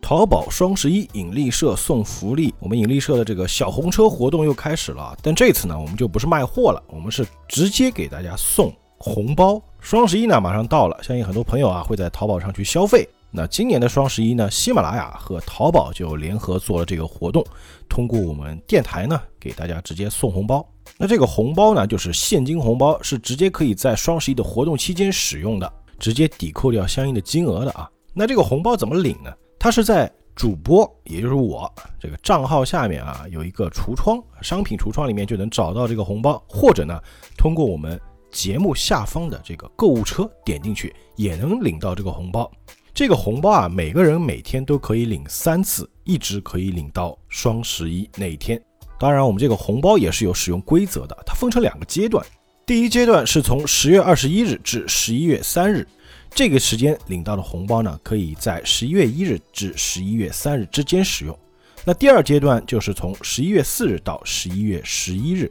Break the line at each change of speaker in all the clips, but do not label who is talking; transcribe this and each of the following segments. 淘宝双十一引力社送福利，我们引力社的这个小红车活动又开始了啊。但这次呢，我们就不是卖货了，我们是直接给大家送红包。双十一呢马上到了，相信很多朋友啊会在淘宝上去消费。那今年的双十一呢，喜马拉雅和淘宝就联合做了这个活动，通过我们电台呢给大家直接送红包。那这个红包呢，就是现金红包，是直接可以在双十一的活动期间使用的，直接抵扣掉相应的金额的啊。那这个红包怎么领呢？它是在主播，也就是我这个账号下面啊有一个橱窗，商品橱窗里面就能找到这个红包，或者呢通过我们节目下方的这个购物车点进去，也能领到这个红包。这个红包啊，每个人每天都可以领三次，一直可以领到双十一那一天。当然，我们这个红包也是有使用规则的，它分成两个阶段。第一阶段是从十月二十一日至十一月三日，这个时间领到的红包呢，可以在十一月一日至十一月三日之间使用。那第二阶段就是从十一月四日到十一月十一日，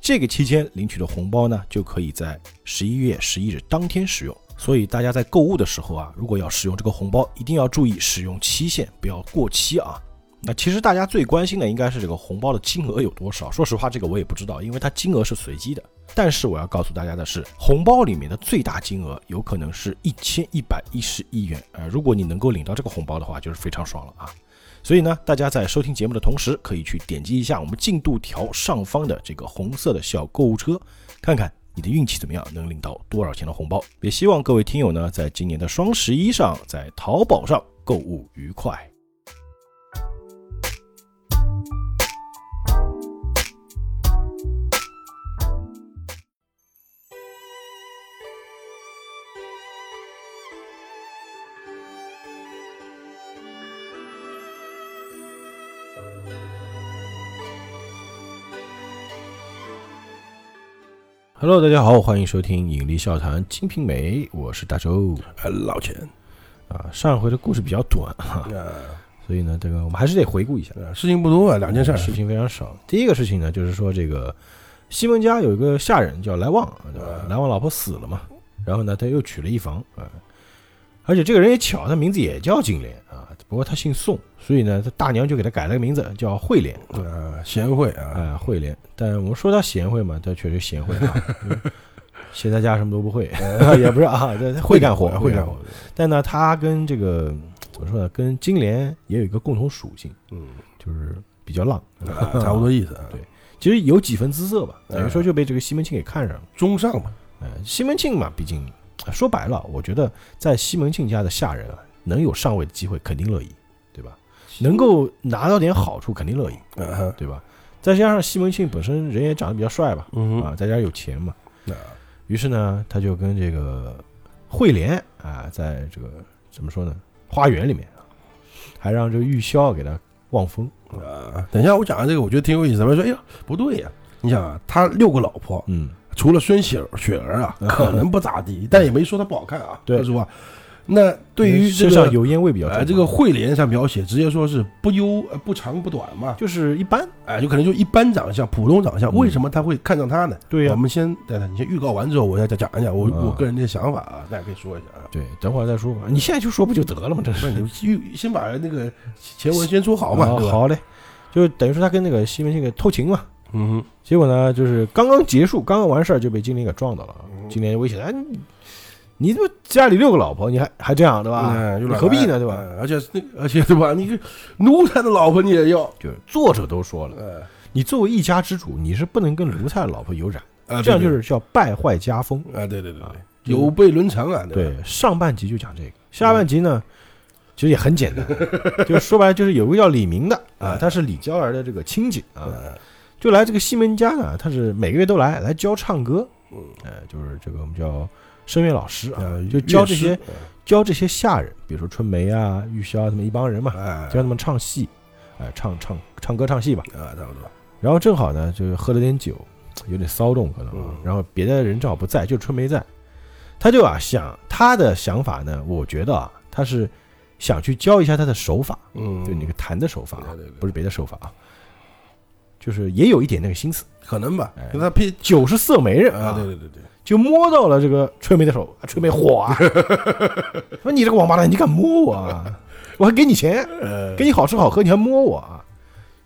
这个期间领取的红包呢，就可以在十一月十一日当天使用。所以大家在购物的时候啊，如果要使用这个红包，一定要注意使用期限，不要过期啊。那其实大家最关心的应该是这个红包的金额有多少。说实话，这个我也不知道，因为它金额是随机的。但是我要告诉大家的是，红包里面的最大金额有可能是一千一百一十一元。呃，如果你能够领到这个红包的话，就是非常爽了啊。所以呢，大家在收听节目的同时，可以去点击一下我们进度条上方的这个红色的小购物车，看看。你的运气怎么样？能领到多少钱的红包？也希望各位听友呢，在今年的双十一上，在淘宝上购物愉快。Hello，大家好，欢迎收听《引力笑谈金瓶梅》，我是大周
哎，老钱，
啊。上回的故事比较短，
呃，
所以呢，这个我们还是得回顾一下
呃事情不多啊，两件事儿。
事情非常少。第一个事情呢，就是说这个西门家有一个下人叫来旺，啊对吧？
嗯
来旺老婆死了嘛，然后呢，他又娶了一房啊、而且这个人也巧，他名字也叫金莲啊，不过他姓宋，所以呢，他大娘就给他改了个名字叫慧莲。
呃，贤惠啊，
啊，慧莲。但我们说他贤惠嘛，他确实贤惠啊， 就是闲在家什么都不会，也不是啊，对他会干活，
会
干
干。活。
但呢，他跟这个怎么说呢，跟金莲也有一个共同属性，
嗯，
就是比较浪，
啊 差不多意思啊。
对其实有几分姿色吧，等于说就被这个西门庆给看上了。
中上吧，
哎，西门庆嘛，毕竟呃说白了，我觉得在西门庆家的下人啊，能有上位的机会，肯定乐意，对吧？能够拿到点好处，肯定乐意，
啊，
对吧？再加上西门庆本身人也长得比较帅吧，
嗯
啊，，再加上有钱嘛，
那
于是呢，他就跟这个慧莲啊，在这个怎么说呢，花园里面啊，还让这个玉箫给他望风，
啊，等一下，我讲的这个我觉得挺有意思的。我说，哎呀，不对呀，你想啊，他六个老婆，
嗯，
除了孙雪雪 儿啊，可能不咋地，但也没说她不好看啊。
对
说实话，那对于
身
这个
上油烟味比较重嘛，
哎，这个慧莲上描写直接说是不优呃不长不短嘛，
就是一般，
哎，就可能就一般长相，普通长相，
嗯
为什么他会看上他呢？
对呀
我们先等等，你先预告完之后，我再再讲一下我、
嗯
我个人的想法啊，大家可以说一下 啊。
对，等会儿再说吧，你现在就说不就得了吗？这
不
是
是 你们预先把那个前文先说好嘛，
啊
对吧？，
好嘞，就等于说他跟那个西门庆给偷情嘛。
嗯
结果呢，就是刚刚结束，刚刚完事儿就被金莲给撞到了啊。
嗯
金莲威胁他：“哎你你他妈家里六个老婆，你还还这样对吧？
嗯，有点
何必呢对吧
嗯而且那而且对吧？你个奴才的老婆你也要，
就是作者都说了，
呃
你作为一家之主，你是不能跟奴才老婆有染，
啊，
这样就是叫败坏家风。
对对啊，对对对对
啊，
有悖伦常啊，吧，
对，上半集就讲这个，
嗯
下半集呢，其实也很 简单，就是说白了就是有个叫李明的啊，
哎
他是李娇儿的这个亲戚啊，
嗯
就来这个西门家呢，他是每个月都来来教唱歌，
嗯
呃，就是这个我们叫声乐老师啊，
呃，
就教这些
乐师
教这些下人，比如说春梅啊、玉箫啊他们一帮人嘛，
哎
教他们唱戏，哎、唱唱唱歌唱戏吧。
啊，差不多，
然后正好呢，就是喝了点酒，有点骚动可能啊
嗯。
然后别的人正好不在，就春梅在，他就啊想他的想法呢，我觉得啊，他是想去教一下他的手法，
嗯，
就那个弹的手法啊，
对对对
不是别的手法啊，就是也有一点那个心思。
可能吧
哎，
跟他配
酒是色媒人
啊，对对对对，
就摸到 了这个春梅的手，啊春梅火啊，说你这个王八蛋，你敢摸我啊？我还给你钱，
呃
给你好吃好喝，你还摸我啊？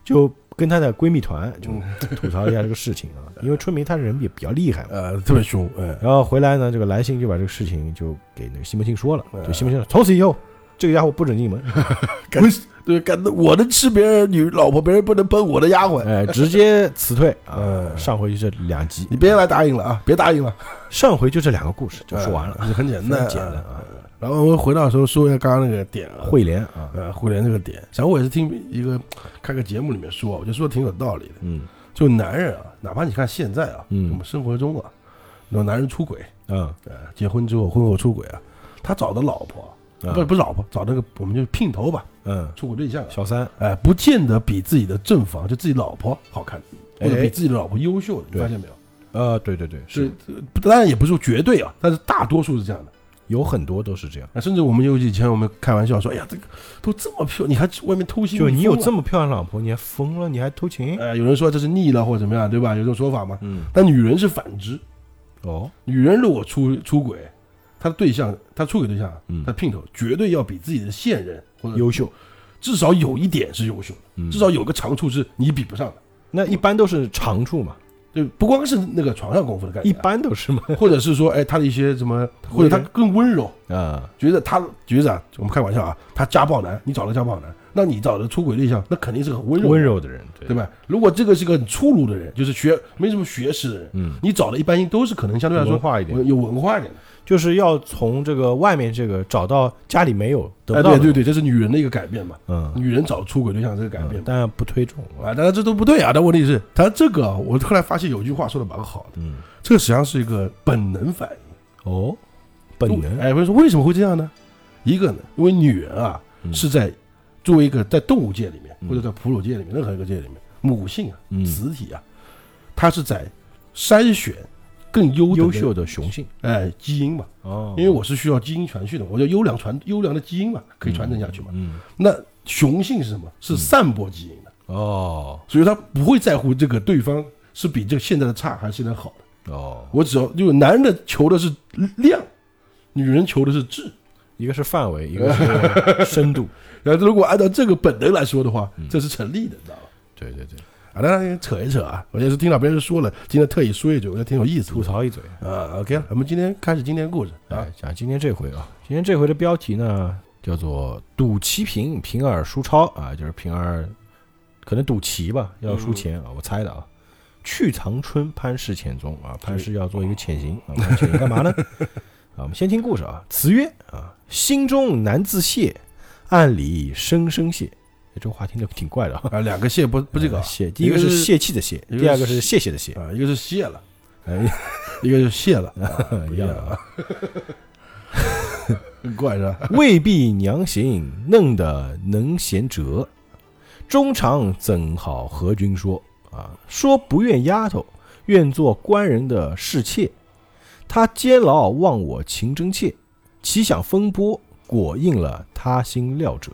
就跟她的闺蜜团就
嗯
吐槽了一下这个事情 啊，因为春梅她人也比较厉害嘛。
呃特别凶， 哎，
然后回来呢，这个兰心就把这个事情就给那个西门庆说了，
呃
就西门庆说从此以后这个家伙不准进门，
对，干的我能吃别人女老婆，别人不能碰我的丫鬟，
哎，直接辞退啊。
嗯
上回就这两集，
你别来答应了啊，别答应了，
上回就这两个故事就 说完了，
哎，很简
很
单，
简单
哎
啊。
然后我回到的时候说一下刚刚那个点啊，
慧莲啊，
呃互联这个点，想我也是听一个看个节目里面说，我觉得说的挺有道理的。
嗯
就男人啊，哪怕你看现在啊，
嗯
我们生活中啊，那种男人出轨，
嗯，
呃，结婚之后婚后出轨啊，他找的老婆
嗯
啊，不是不是老婆，找那个我们就姘头吧，
嗯，
出轨对象啊，
小三，
哎、不见得比自己的正房就自己老婆好看，或者
哎
比自己的老婆优秀的，你
对
发现没有？
呃，对对对，
是，呃当然也不是说绝对啊，但是大多数是这样的。
有很多都是这样。
啊，甚至我们有以前我们开玩笑说，哎呀，这个都这么漂亮，你还外面偷腥、
就你有这
么
么漂亮的老婆，你还疯了，你还偷情？
呃，啊有人说这是腻了或者怎么样，对吧？有这种说法嘛。
嗯，
但女人是反之，
哦，
女人如果出出轨，她的对象，她出轨对象，啊
嗯
她的姘头绝对要比自己的现任或者
优秀，
至少有一点是优秀的，
嗯
至少有个长处是你比不上的。
那一般都是长处嘛，
对，不光是那个床上功夫的概
一
念啊，
般都是 嘛。
或者是说，哎，她的一些什么，或者她更温柔，
啊，
觉得他觉得啊，我们开玩笑啊，他家暴男，你找的家暴男，那你找的出轨对象，那肯定是很温柔，
温柔的人，对
对？吧？如果这个是个很粗鲁的人，就是学没什么学识的人，
嗯，
你找的一般性都是可能相对来
文
说
化一点，
有文化一点的。
就是要从这个外面这个找到家里没有得不
哎，
到
对
的，
对对，这是女人的一个改变嘛，
嗯，
女人找出轨对象这个改
嗯
变嘛。
但不推崇啊，
啊，当然这都不对啊！但问题是，他这个啊我后来发现有句话说的蛮好的，
嗯，
这个实际上是一个本能反应。
哦，本能
哎，我说为什么会这样呢？一个呢，因为女人啊
嗯
是在作为一个在动物界里面
嗯
或者在哺乳界里面任何一个界里面，母性啊
嗯
雌体啊，它是在筛选更优等的
优秀的雄性
哎基因嘛，
哦
因为我是需要基因传续的，我要优良传优良的基因嘛，可以传承下去嘛。
嗯
那雄性是什么？是散播基因的，
哦
所以他不会在乎这个对方是比这个现在的差还是现在好的。
哦，
我只要因为男人的求的是量，女人求的是质。
一个是范围，一个是深 度，
然后如果按照这个本能来说的话，
嗯
这是成立的，你知道吧？
对对对，
啊，当然扯一扯啊，我也是听到别人说了，今天特意说一句，我觉得挺有意思
吐
的。
槽一嘴。
啊，OK 了，我们今天开始今天的故事啊
哎，，讲今天这回啊，今天这回的标题呢叫做“赌棋平，平儿输钞”啊，就是平儿可能赌棋吧，要
嗯
输钱啊，我猜的啊。去藏春潘氏潜踪啊，潘氏要做一个潜行啊，潘潜行干嘛呢？ 啊，我们先听故事啊。词曰啊，心中难自泄，暗里生生泄。哎这话听着挺怪的啊。
啊，两个泄不不这个
啊
啊
泄，第一个是泄气的泄，
一个是
第二个是谢谢的谢。
啊，一个是泄了，
哎，
一个是泄了，
一样啊。
很怪是吧？
未必娘行，弄得能贤哲。衷肠怎好和君说？啊，说不愿丫头，愿做官人的侍妾。他监牢忘我情真切，岂想风波果应了他心料者。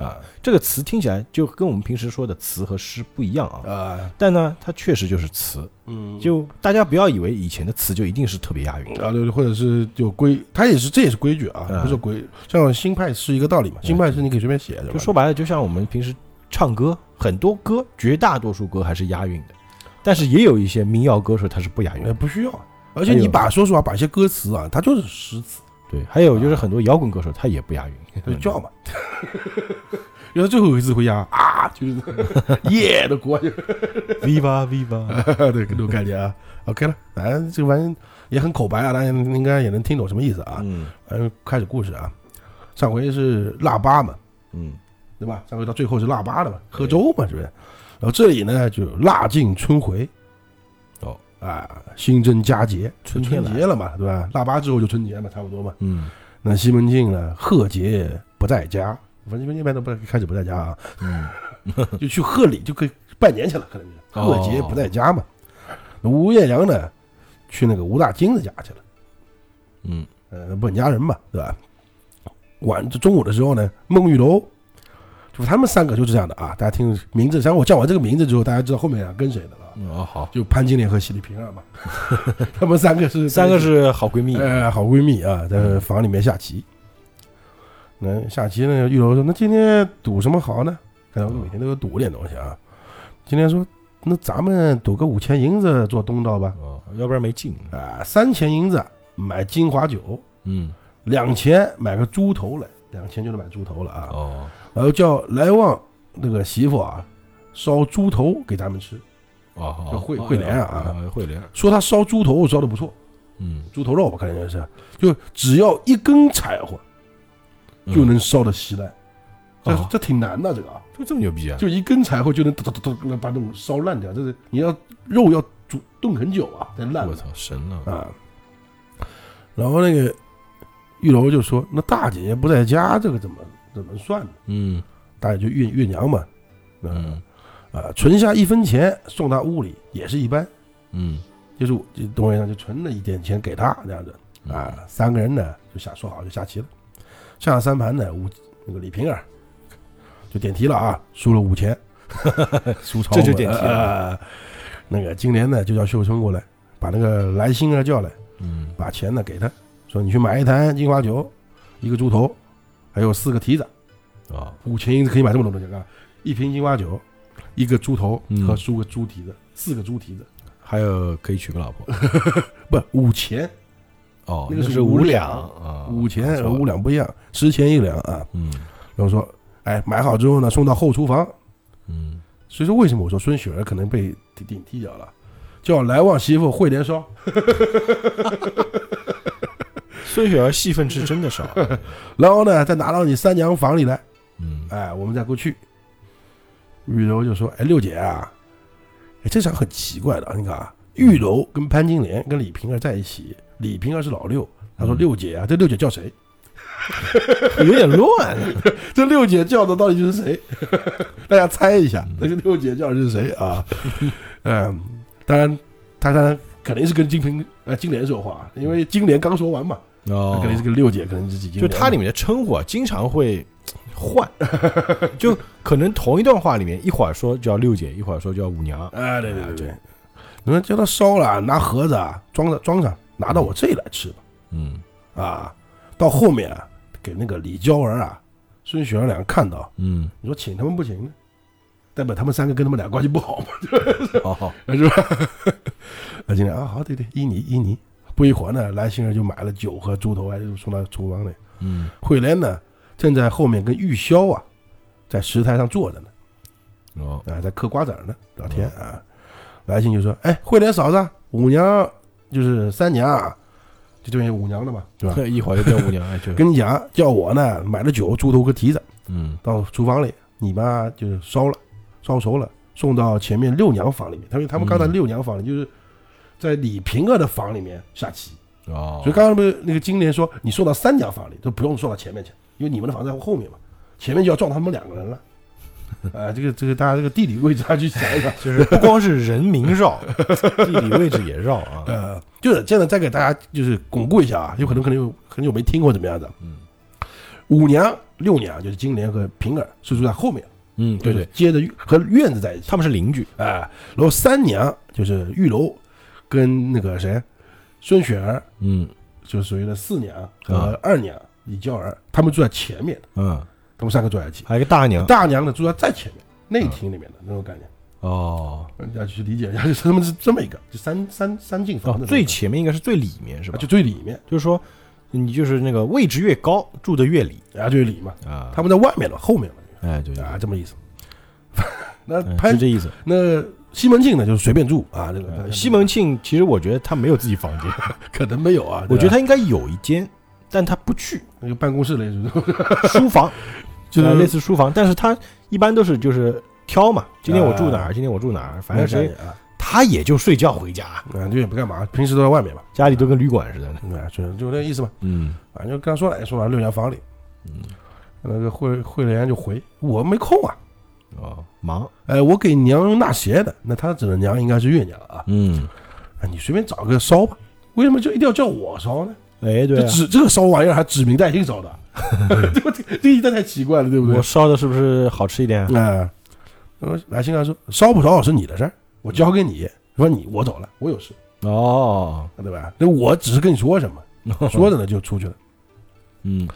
啊
这个词听起来就跟我们平时说的词和诗不一样啊，
啊，
但呢，它确实就是词。
嗯，
就大家不要以为以前的词就一定是特别押韵的。
啊，对，或者是有规，它也是这也是规矩啊，
嗯
不是规，像新派是一个道理嘛，新派是你可以随便写，对吧
嗯就说白了，就像我们平时唱歌，很多歌，绝大多数歌还是押韵的，但是也有一些民谣歌手他是不押韵
哎
的。
不需要，而且
哎
你把说实话，把一些歌词啊，它就是诗词。
对，还有就是很多摇滚歌手他也不押
他就
韵。
叫嘛。因为他最后一次回家啊，就是 那耶 的国，就是
Viva Viva，
对，这种感觉啊。OK 了，反正这个玩意也很口白啊，大家应该也能听懂什么意思啊。
嗯
反正开始故事啊，上回是腊八嘛，
嗯，
对吧？上回到最后是腊八的嘛，喝粥嘛，是不是？然后这里呢就腊尽春回，
哦
啊，新增佳节，
春天
春
来
节了嘛，对吧？腊八之后就春节嘛，差不多嘛。
嗯
那西门庆呢，贺节不在家，反正西门庆一般都不开始不在家啊，
嗯，
就去贺礼，就可以拜年去了，可能是
哦
贺节不在家嘛。那吴月娘呢，去那个吴大金子家去了，
嗯
呃，本家人嘛，对吧？晚中午的时候呢，孟玉楼，就他们三个就是这样的啊。大家听名字，像我叫完这个名字之后，大家知道后面俩跟谁的了啊，
嗯哦好，
就潘金莲和喜力平儿嘛。 他们 三个是
三个是好闺蜜。
哎好闺蜜啊，在房里面下棋。那下期呢，玉楼说：“那今天赌什么好呢？”看来我每天都有赌点东西啊。今天说：“那咱们赌个五千银子做东道吧。
哦，要不然没劲。”
啊，三千银子买金华酒，
嗯，
两千买个猪头来，两千就能买猪头了啊。
哦，
然后叫来旺那个媳妇啊，烧猪头给咱们吃，
哦，
这
哦
会
哦
会连啊
哦会连，
说他烧猪头烧的不错，
嗯，
猪头肉吧，看见是，就只要一根柴火
嗯
就能烧的稀烂，这
哦
这挺难的这个啊，
就这么牛逼啊！
就一根柴火就能哒哒哒哒把那种烧烂掉，这是你要肉要煮炖很久啊才烂
我操，神了！
啊。然后那个玉楼就说：“那大姐姐不在家，这个怎么怎么算呢？
嗯
大姐就月月娘嘛，嗯。
嗯
啊，存下一分钱送他屋里也是一般，
嗯
就是我这董先生就存了一点钱给他这样子
嗯
啊，，三个人呢就下说好就下棋了，下了三盘呢，五那个李瓶儿就点题了啊，输了五千， 输超
这就
我
点题了
呃那个金莲呢就叫秀春过来，把那个来星儿叫来，
嗯
把钱呢给他，说你去买一坛金花酒，一个猪头，还有四个蹄子，
嗯啊，
五千银子可以买这么多东西啊！一瓶金花酒，一个猪头
嗯
和输个猪蹄子，四个猪蹄子，
还有可以娶个老婆
不五钱
哦，
那个是
是
五
两
两
啊，
五钱和
不错
五，两不一样，十钱一两啊。
嗯
然后说，哎，买好之后呢，送到后厨房。
嗯，
所以说，为什么我说孙雪儿可能被顶顶踢掉了？叫来旺媳妇会连烧，
孙雪儿戏份是真的少，
然后呢再拿到你三娘房里来，
嗯
哎，我们再过去。玉楼就说：“哎，六姐啊，哎，这场很奇怪的啊，你看啊，玉楼跟潘金莲跟李瓶儿在一起，李瓶儿是老六，他说
嗯
六姐啊，这六姐叫谁？
有点乱，啊
这六姐叫的到底是谁？ 大家猜一下，
嗯
那个六姐叫的是谁啊？ 嗯，当然，他当然肯定是跟金瓶呃金莲说话，因为金莲刚说完嘛，
哦
他肯定是跟六姐，可能是金莲
就它里面的称呼啊，经常会换，就可能同一段话里面，一会儿说叫六姐，一会儿说叫五娘，
哎，对对对对，你们叫他烧了，拿盒子啊，装上装上，拿到我这里来吃吧。
嗯
啊，到后面啊，给那个李娇儿啊、孙雪儿两个看到，
嗯，
你说请他们不请呢？代表他们三个跟他们俩关系不好嘛，
哦，
是吧？ 那今天啊，好，对对，依你依你。不一会儿呢，蓝星儿就买了酒和猪头，还就送到厨房里。
嗯，
慧莲呢，正在后面跟玉箫啊，在石台上坐着呢。
哦，
啊，在嗑瓜子儿呢，聊天
嗯
啊。来信就说：“哎，慧莲嫂子，五娘就是三娘，啊，就这边有五娘了嘛，对吧？
一会儿又叫五娘，哎，就
跟你讲，叫我呢买了酒、猪头和蹄子，
嗯
到厨房里，你妈就是烧了，烧熟了，送到前面六娘房里面。他说他们刚才
嗯
六娘房里就是在李瓶儿的房里面下棋，
哦，
所以刚刚不是那个金莲说你送到三娘房里，就不用送到前面去，因为你们的房在后面嘛，前面就要撞他们两个 人了。”啊，这个这个，大家这个地理位置，大家去想一想，
就是不光是人名绕， 地理位置也绕啊，
呃，就是现在再给大家就是巩固一下啊，有可能可能有很久没听过怎么样的。
嗯，
五娘、六娘就是金莲和平儿是住在后面，
嗯，对
就是
对，
接着玉和院子在一起。
他们是邻居，
哎、然后三娘就是玉楼跟那个谁孙雪儿，
嗯
就是属于的四娘
啊
和二娘李娇儿，他们住在前面的，
嗯，
他们三个住在一起。
还有一个大娘，
大娘呢住在再前面
啊
内厅里面的那种感觉，
哦
大家去理解一下，就是他们是这么一个，就三三三进房
哦
的那，种
最
感觉
前面应该是最里面是吧？
啊
就
就最里面，
就是说，你就是那个位置越高，住的越里
然后最里嘛，
啊，
他们在外面了，后面了。
哎，对对，
啊，这么 意思。那
对哎
潘啊
是这意思。
那西门庆呢，就是随便住啊，这
呃
个
西门庆其实我觉得他没有自己房间，
可能没有啊，
我觉得
他
他应该有一间，但他不去
那个办公室类似的，
书房，
就
呃类
是
似书房，但是他一般都是就是挑嘛，今天我住哪儿，今天我住哪儿，反正谁
啊，
他也就睡觉回家，
啊，就也不干嘛，平时都在外面嘛，
家里都跟旅馆似的。
啊，就就那意思嘛，
嗯
反正就刚说了，哎说完六娘房里，
嗯，
那个慧慧莲就回，我没空啊，
哦，忙，
哎，我给娘纳鞋的，那她指的娘应该是月娘啊，
嗯，
啊，你随便找个烧吧，为什么就一定要叫我烧呢？
哎，对
这
啊，
指这个烧玩意儿还指名带姓烧 的， 这个这一代太奇怪了，对不对
我？烧的是不是好吃一点？
啊，呃，来信来说烧不烧是你的事儿，我交给你。说你我走了，我有事，
哦，
对吧？那我只是跟你说什么，说着呢就出去了。
嗯，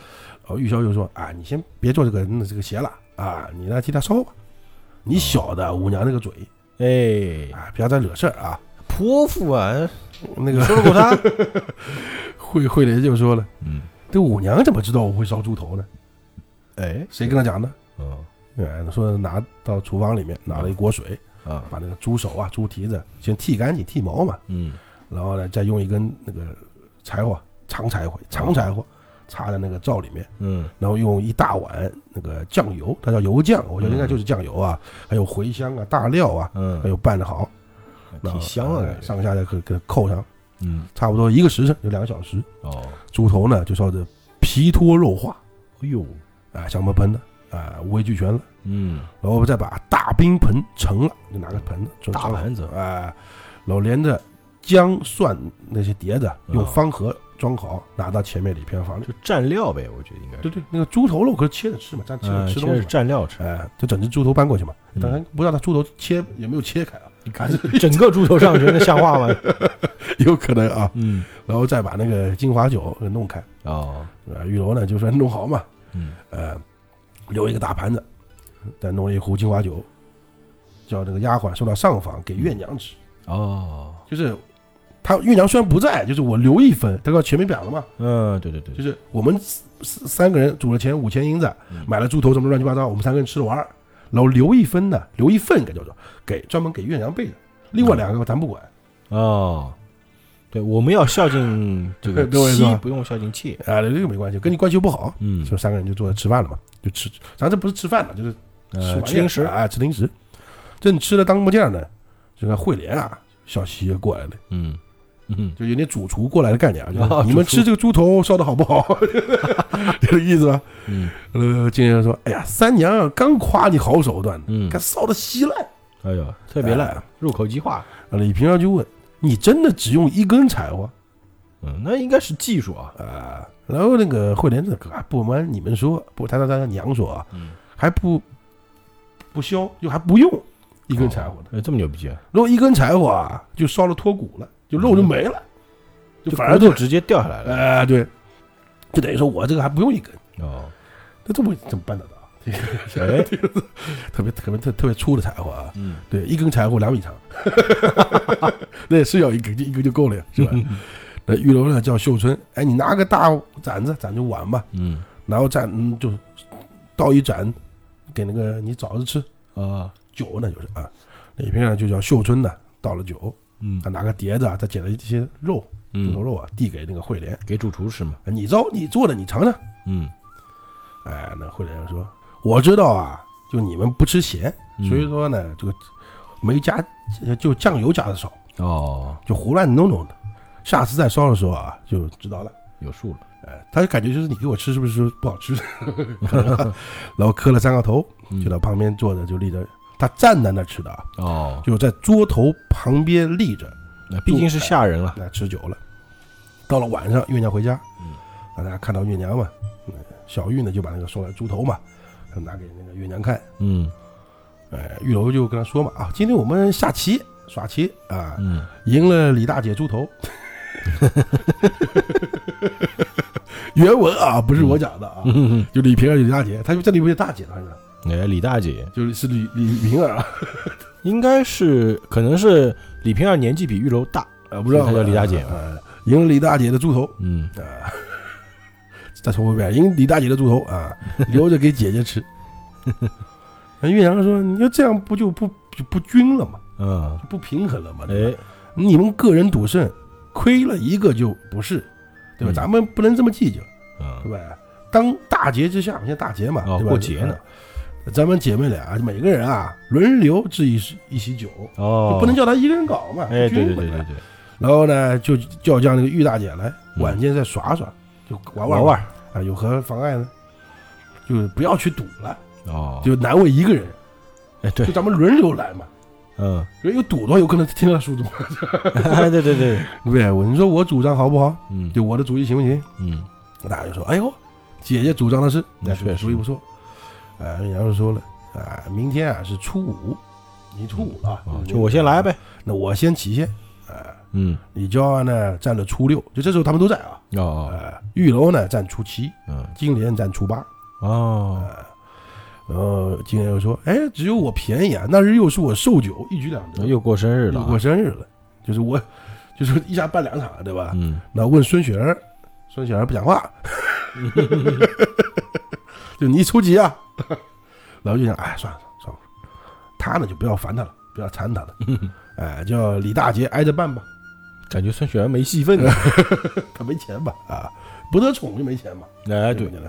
后玉箫就说啊，你先别做这个嗯这个鞋了啊，你呢替他烧吧。你晓得五娘那个嘴
哎，
啊，不要再惹事儿啊。
泼妇啊，
那
你
个
说得过他？
惠惠莲就说了，
嗯，
这五娘怎么知道我会烧猪头呢？
哎，
谁跟她讲的？
嗯
哎，说拿到厨房里面拿了一锅水，
啊，
把那个猪手啊、猪蹄子先剃干净、剃毛嘛，
嗯，
然后呢，再用一根那个柴火、长柴
啊
火、长柴火插在那个灶里面，
嗯，
然后用一大碗那个酱油，它叫油酱，我觉得应该就是酱油啊，还有茴香啊、大料啊，
嗯，
还有拌的好，然后哎
挺香啊，感觉
上下再给给扣上，
嗯，
差不多一个时辰，有两个小时，
哦，
猪头呢就烧得皮脱肉化
哎呦，
啊，香喷喷的啊，五味俱全了。
嗯，
然后再把大冰盆盛了，就拿个盆子，就
大
盛好
盘子，
哎，然后连着姜蒜那些碟子，
嗯
用方盒装好，拿到前面里偏房里。
就蘸料呗，我觉得应该
对
是，
对，那个猪头肉可是切着吃嘛，咱吃
嗯，
吃
先
东西
是
嘛，
蘸料 吃，
哎，就整只猪头搬过去嘛。
嗯
当然不知道他猪头切有没有切开啊，
你看整个猪头上去，那像话吗？
有可能啊。
嗯，
然后再把那个金华酒给弄开，
哦，
啊，玉楼呢就说弄好嘛，
嗯，
呃，留一个大盘子，再弄了一壶金华酒，叫那个丫鬟送到上房给月娘吃。
哦，
就是他月娘虽然不在，就是我留一分，他刚前面讲了嘛，
嗯，对对对，
就是我们四四三个人煮了钱五千银子，
嗯
买了猪头什么乱七八糟，我们三个人吃着玩儿，然后留一分呢，留一份该叫做给专门给月娘备的，另外两个咱不管，
哦，对，我们要孝敬这 个
对是
妻
吧，
不用孝敬妾。
啊，这个没关系，跟你关系又不好，
嗯，
就三个人就坐着吃饭了嘛，就吃，咱这不是吃饭了，就是
呃，
吃
吃零食
啊，吃零食，正吃的当不见呢，这个慧莲啊。小西也过来了，
嗯嗯，
就有点主厨过来的概念啊，就是
啊
你们
主厨
吃这个猪头烧的好不好， 这个意思吧？
嗯
呃，金人说：“哎呀，三娘刚夸你好手段呢，
嗯
看，烧的稀烂，
哎呦，特别烂
哎，
入口即化。
呃李平儿就问：“你真的只用一根柴火
嗯，那应该是技术啊。
啊？”然后那个慧莲这个啊不瞒你们说，不，他他他娘说啊，
嗯，
还不不消，就还不用一根柴火呢。
哎，这么牛逼啊！
如果一根柴火啊，就烧了脱骨了，就肉就没了，就反而
就
就
骨头直接掉下来了。
哎、对，就等于说我这个还不用一根，
哦，
那这么怎么办得到？这个
哎，
特别特别特特别粗的柴火啊，
嗯，
对，一根柴火两米长， 那是要一根，一根就够了呀，是吧？
嗯
那玉楼呢叫秀春，哎，你拿个大盏子盏就碗吧，
嗯
然后再嗯就倒一盏给那个你嫂子吃
啊，
酒呢，就是啊，里面呢就叫秀春呢倒了酒，
嗯
他拿个碟子啊，他捡了一些肉猪头
嗯，
肉啊，递给那个慧莲，
给主厨吃嘛。
哎你招你做的你尝尝，
嗯，
哎，那慧莲说我知道啊，就你们不吃咸，
嗯
所以说呢这个没加就酱油加的少。
哦，
就胡乱弄弄的。下次再烧的时候啊，就知道了。
有数了。
哎，他就感觉就是你给我吃是不是说不好吃？ 然后磕了三个头，
嗯
就到旁边坐着，就立着。他站在那吃的啊，
哦，
就在桌头旁边立着，
那毕竟是吓人了。
那吃酒了。到了晚上，月娘回家，
嗯，
大家看到月娘嘛，嗯小玉呢就把那个送来猪头嘛，拿给那个月娘看。
嗯
哎，玉楼就跟他说嘛，啊，今天我们下棋耍棋啊，
嗯，
赢了李大姐猪头。原文啊，不是我讲的啊，
嗯
就李瓶儿有李大姐，她就这里面有大姐，好像
哎，李大姐
就是是李李瓶儿
嗯
啊，
应该是，可能是李瓶儿年纪比玉楼大。呃
啊不知道
她叫李大姐
啊，啊赢了李大姐的猪头
嗯，
啊，再重复一遍，赢李大姐的猪头 啊，留着给姐姐吃。那岳阳说：“你要这样不就不就不均了吗？
嗯，
不平衡了吗？啊对吧
哎，
你们个人赌圣亏了一个就不是，对吧？
嗯
咱们不能这么计较。”
嗯，
对吧？当大节之下，现在大节嘛，
哦
对吧？
过节呢
呃，咱们姐妹俩每个人啊轮流置一席一席酒，
哦，
就不能叫她一个人搞嘛，
哎，
不
对对
均衡
对对
嘛
对，
然后呢，就叫叫那个玉大姐来，
嗯
晚间再耍耍，就玩
玩
玩
玩
啊，有何妨碍呢？就不要去赌了，
哦，
就难为一个人，
哎对
就，咱们轮流来嘛。
嗯，
因为有赌的话，有可能听到书中，
哎对对对，
对不对？我你说我主张好不好？
嗯
就我的主意行不行？
嗯
大家就说：“哎呦，姐姐主张的是，
那
那
确实
主意不错。”呃，然后说了，啊、明天啊是初五，你初五了，
啊，
就是
就我先来呗，
那我先起先，
嗯，
李娇啊呢占了初六，就这时候他们都在啊。
哦
呃，玉楼呢占初七，
嗯
金莲占初八。
哦，
然后金莲又说：“哎，只有我便宜啊，那日又是我寿酒，一举两得，
又过生日了
又
啊，
过生日了，就是我，就是一下办两场，对吧？
嗯
那问孙雪儿，孙雪儿不 讲话，就你出急啊。然后就想，哎，算了算了，他呢就不要烦他了，不要缠他了，
嗯
哎，叫李大姐挨着办吧，
感觉孙雪儿没戏份啊了。
他没钱吧，啊，不得宠就没钱嘛，
哎，
对
对
不，对？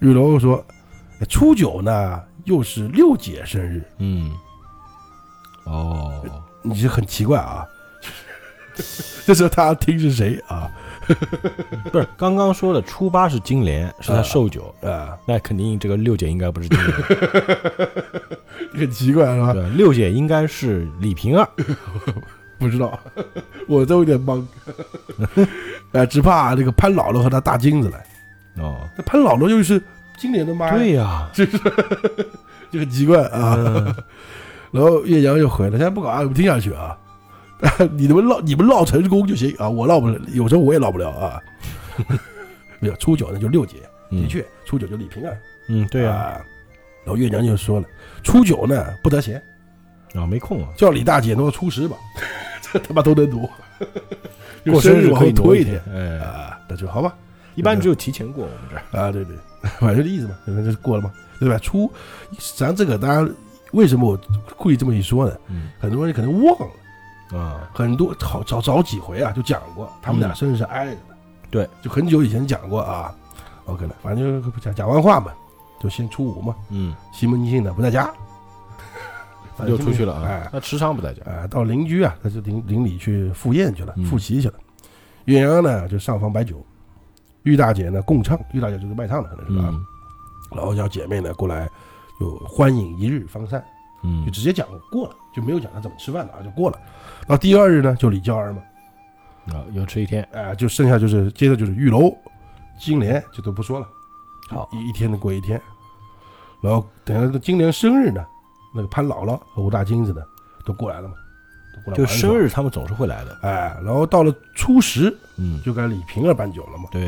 玉楼说，哎初九呢又是六姐生日，
嗯，哦，
你就很奇怪啊。 这时候他听是谁啊？
不是，刚刚说了初八是金莲，是他寿酒，
啊，
那肯定这个六姐应该不是金 莲，
很奇怪是吧？
对，六姐应该是李瓶儿。
不知道， 我都有点 懵。呃，只怕这个潘姥姥和她大金子来。
哦，
那潘姥姥又是金莲的妈，，
对呀，
就很奇怪啊。
嗯
然后岳阳又回了，现在不搞啊，我们听下去啊。 你们闹，你们闹成功就行啊，我闹不了，有时候我也闹不了啊。 没有初九呢，就六姐，
嗯
的，确，初九就李瓶儿。
嗯，对呀，
啊。然后岳娘就说了，初九呢不得闲，
啊，没空啊，
叫李大姐挪初十吧， 这他妈都能挪。
过生日
往
可
后
以挪
推
一
一天，
哎，
啊，那就好吧，
一般只有提前过我们这儿。
啊，对对，反正这意思嘛，反正就是过了嘛，对吧？初，咱这个大家为什么我故意这么一说呢？
嗯
很多人可能忘了，
啊，
很多早早早几回啊就讲过，他们俩
嗯
甚至是挨着的，
对，
就很久以前讲过啊。OK 了，反正就讲讲完话嘛，就先初五嘛，
嗯，
西门庆呢不在家，反
又
正
出去了啊
哎。
那池昌不在家。
啊，到邻居啊，他就邻邻里去赴宴去了
嗯，
复习去了。岳阳呢就上房摆酒，玉大姐呢共唱，玉大姐就是卖唱的，可能是吧？
嗯
然后叫姐妹呢过来，就欢饮一日方散，就
嗯
直接讲过了，就没有讲他怎么吃饭的啊，就过了。然后第二日呢，就李娇儿嘛，
啊，又吃一天。
哎、就剩下就是接着就是玉楼、金莲，这都不说了，
好
一一天的过一天。然后等下这个金莲生日呢，那个潘姥姥和吴大金子呢都过来了嘛，都过来
就
玩耍
生日他们总是会来的。
哎，然后到了初十
嗯，
就该李瓶儿办酒了嘛，
对。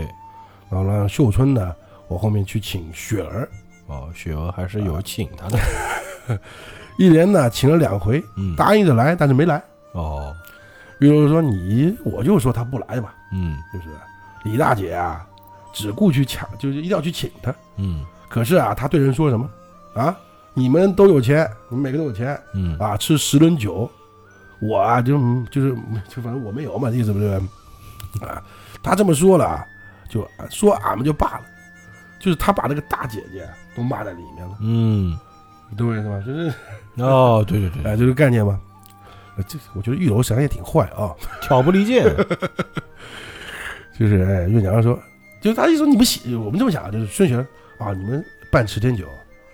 然后让秀春呢，我后面去请雪儿，
哦，雪娥还是有请他
呃
的。
一连呢请了两回，
嗯，
答应着来，但是没来。
哦，
玉楼说你，我就说他不来吧，
嗯
就是李大姐啊，只顾去抢，就是一定要去请他。
嗯
可是啊，他对人说什么啊？你们都有钱，你们每个都有钱
嗯
啊，吃十轮酒，我啊就就是就反正我没有嘛，意思不对啊？他这么说了啊，就说俺们就罢了，就是他把那个大姐姐都骂在里面了，
嗯，
你懂我意思吗？就是
哦，对对对，
哎，就是概念嘛。呃这我觉得玉楼实际上也挺坏啊，
挑拨离间。
就是哎，月娘说，就是他一说你们喜，我们这么想，就是顺学啊，你们办十天酒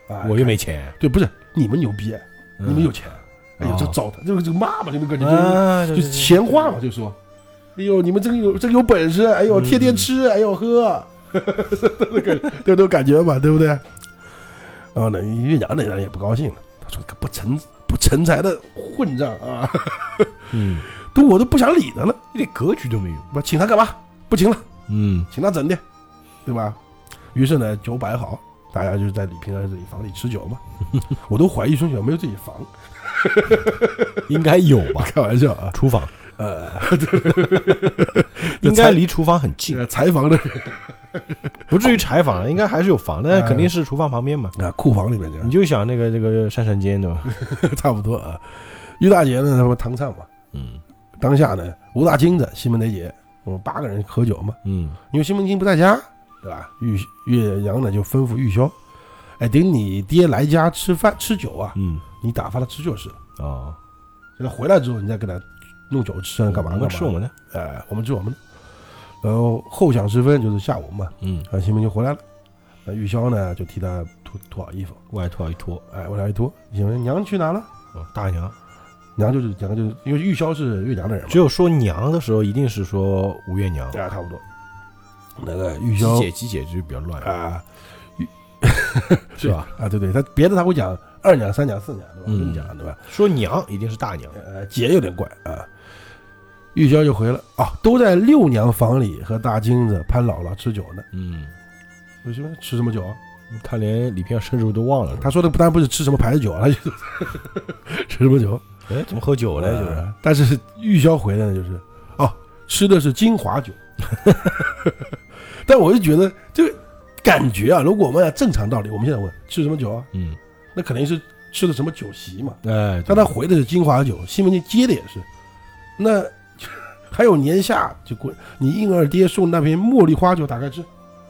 啊，
我又没钱，
对，不是你们牛逼，
嗯
你们有钱，哎呦，
哦
这糟蹋，这个这个骂嘛，这个感觉就是、
啊，对对
就是
对
闲话嘛，就说，哎呦，你们这个有这个有本事，哎呦，
嗯
天天吃，哎呦 喝，这种感觉嘛，对不对？然后呢，岳阳那人也不高兴了，他说：“个不成不成才的混账啊，
嗯，
都我都不想理他了，
一点格局都没有。
我请他干嘛？不请了，
嗯
请他整的，对吧？”于是呢，酒摆好，大家就在李平儿这里房里吃酒嘛。我都怀疑孙雪有没有自己房，
应该有吧？
开玩笑啊，
厨房
呃，
应该离厨房很近，
这柴呃房的
不至于柴房，应该还是有房，但
哎
肯定是厨房旁边嘛。
啊，库房里面这样
你。就想那个这个扇扇间对吧？
差不多啊。于大姐呢，他们堂唱嘛，
嗯
当下呢，吴大金子、西门雷姐，我们八个人喝酒嘛。
嗯
因为西门庆不在家，对吧？玉岳阳呢就吩咐玉箫，哎，等你爹来家吃饭吃酒啊，
嗯
你打发他吃就是了。
哦，
等他回来之后，你再给他弄酒吃啊，干嘛
我
干
们
嘛？
吃我们的。
哎，我们吃我们的。然后后晌时分就是下午嘛，
嗯，
啊，西门庆回来了，那玉箫呢就替他脱脱好衣服，
外套一脱，
哎，往上一脱，西门庆娘去哪了？
哦大娘。
娘就是娘就是因为玉箫是岳娘的人嘛
只，有说娘的时候，一定是说吴月娘。
啊，差不多。那个玉
鸡姐
箫
鸡姐就比较乱，
啊
是吧？
啊，对对，他别的他会讲二娘、三娘、四娘，对吧？
嗯
跟你讲对吧？
说娘一定是大娘。
呃，姐有点怪啊。玉娇就回了啊，都在六娘房里和大金子、潘姥姥吃酒呢。
嗯，
我说吃什么酒啊？
他连李平生日都忘了，
他说的不但不是吃什么牌子酒啊，他就是吃什么 酒。
是哎，怎么喝酒呢？就是，
呃但是玉箫回来的就是，哦，吃的是金华酒。 但我就觉得这个感觉啊，如果我们按正常道理，我们现在问吃什么酒啊，
嗯，
那肯定是吃的什么酒席嘛。
哎，
但他回的是金华酒，西门庆接的也是，那 还有年下就滚，你应二爹送那瓶茉莉花酒打开吃，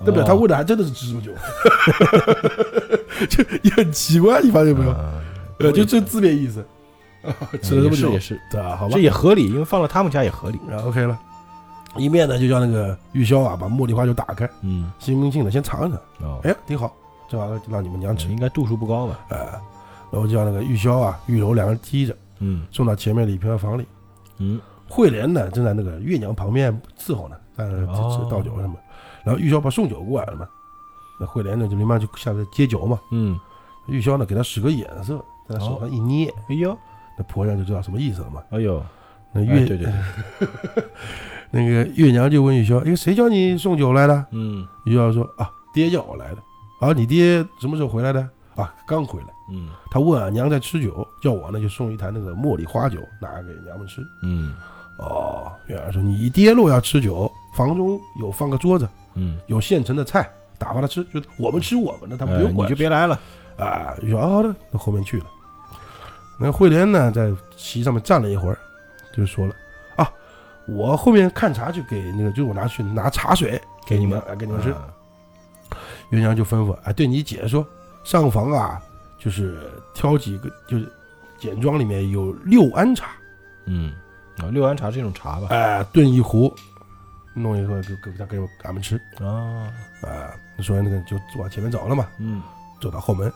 对不对？他
问
问的还真的是吃什么酒， 就也很奇怪，你发现没有？
啊
呃，就这字面意思，啊，吃了这么
哎嗯也
久，
是，
对啊，好吧
这，也合理，因为放到他们家也合理。
啊，OK 了。一面呢，就叫那个玉箫啊，把茉莉花酒打开，
嗯，
西门庆呢先尝一尝，
哦，
哎，挺好，这玩意儿就让你们娘吃
应该度数不高吧？
啊、然后就让那个玉箫啊、玉楼两个人提着
嗯
送到前面李瓶儿房里。
嗯，
惠莲呢正在那个月娘旁边伺候呢，在那
哦
倒酒什么。然后玉箫不送酒过来了嘛，那惠莲呢就连忙就下来接酒嘛。
嗯，
玉箫呢给他使个眼色，在他手上一捏，
哎呦，
那婆娘就知道什么意思了嘛。
哎呦，
那
哎
月、
对 对对，
那个月娘就问玉箫：“哎，谁叫你送酒来的
嗯？”
玉箫说：“啊，爹叫我来的。啊，你爹什么时候回来的？啊，刚回来。
嗯
他问俺、娘在吃酒，叫我呢就送一坛那个茉莉花酒拿给娘们吃。
嗯
哦，月娘说：你爹若要吃酒，房中有放个桌子，
嗯，
有现成的菜，打发他吃，就我们吃我们的，他不
哎
用
你
管。
就别来了。
啊，就说啊好的，那后面去了。那惠莲呢，在席上面站了一会儿，就说了啊，我后面看茶去给那个，就是我拿去拿茶水
给你们
啊，给你们吃。
啊
元娘就吩咐啊，对你姐说，上房啊，就是挑几个，就是简庄里面有六安茶，
嗯，啊，六安茶是一种茶吧？
哎、炖一壶，弄一个给给他给我俺们吃
啊，
啊。说完那个就往前面走了嘛，
嗯
走到后门，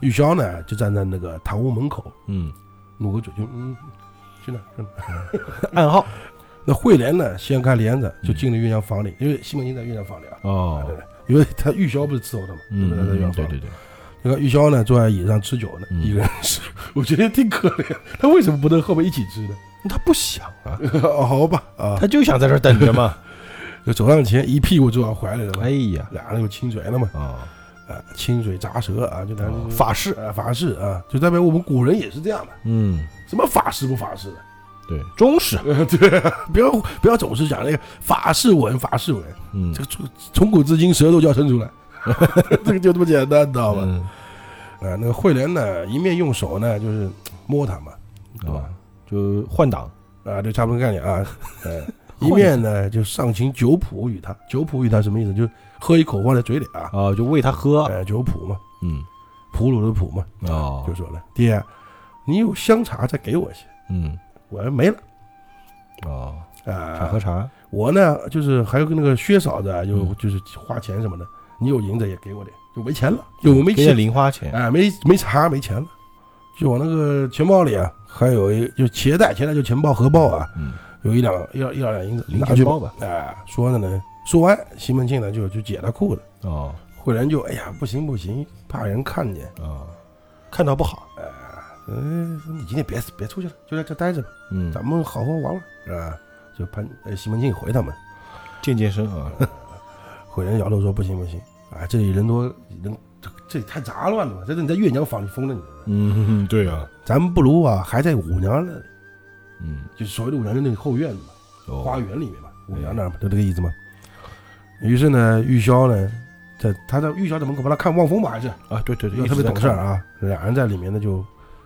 玉箫呢就站在那个堂屋门口，
嗯，
努个嘴就嗯，去哪儿去哪儿？
暗号
那惠莲呢，掀开帘子就进了月娘房里，因为西门庆在月娘房里啊，
哦
对，因为他玉箫不是伺候他嘛，
嗯，
对不对？在月
嗯
娘
对
房里，
对对，
那个玉箫呢坐在椅子上吃酒呢，
嗯
一个人吃， 我觉得挺可怜，他为什么不能后面一起吃呢？
他不想啊，
好吧，啊，
他就想在这儿等着 嘛。
就走上前一屁股坐到怀里了嘛
哎，呀，
俩人就亲嘴了嘛，
啊，
啊，亲嘴砸舌啊，就咱
哦法
式
式，
啊，法式啊，就代表我们古人也是这样的，
嗯，
什么法式不法式的。啊
对，中式，
呃，对、不要不要总是讲那个法式文，法式文，
嗯，
这个从从古至今舌头就要伸出来， 这个就这么简单，知道吧？
嗯
啊，那个惠莲呢，一面用手呢就是摸它嘛，对吧
啊，？就换挡，
啊，这差不多概念啊， 呃，
换
一面呢就上行酒谱与它，酒谱与它什么意思？就是喝一口放在嘴里啊，
啊，就喂他喝，
呃，酒谱嘛，
嗯，
普鲁的普嘛，
哦
就说了，爹，啊你有香茶再给我一些，
嗯，
我还没了
哦，想
啊
喝，茶，
我呢，就是还有跟那个薛嫂子啊，就、
嗯
就是花钱什么的，你有银子也给我点，就没钱了，就我没
给点
钱，
零花钱，
哎，没没茶没钱了，就我那个钱包里啊，还有一就钱袋，钱袋就钱包荷包啊，
嗯，
有一两一两一两两银子，
零
拿
钱
去
包吧，
哎，说着呢，说完，西门庆呢就就解他裤子，
哦，
慧莲就哎呀不行不行，怕人看见，
啊，看到不好，
嗯、说你今天别别出去了，就在这待着吧，
嗯，
咱们好好玩玩，是吧？就潘呃西门庆回他们。
健健身啊，
毁人摇头说：“不行不行，啊，这里人多，人这这里太杂乱了吧？这是你在月娘房里疯了你，
嗯，对啊，
咱们不如啊，还在五娘那里，
嗯，
就是所谓的五娘的那个后院子嘛，
哦
花园里面嘛，五娘那儿嘛，就这个意思嘛。于是呢，玉箫呢，在他在玉箫在门口帮他看望风嘛，还是
啊，对对对，
要
一
特
直
别
在
懂事儿
看，
啊。俩人在里面呢，就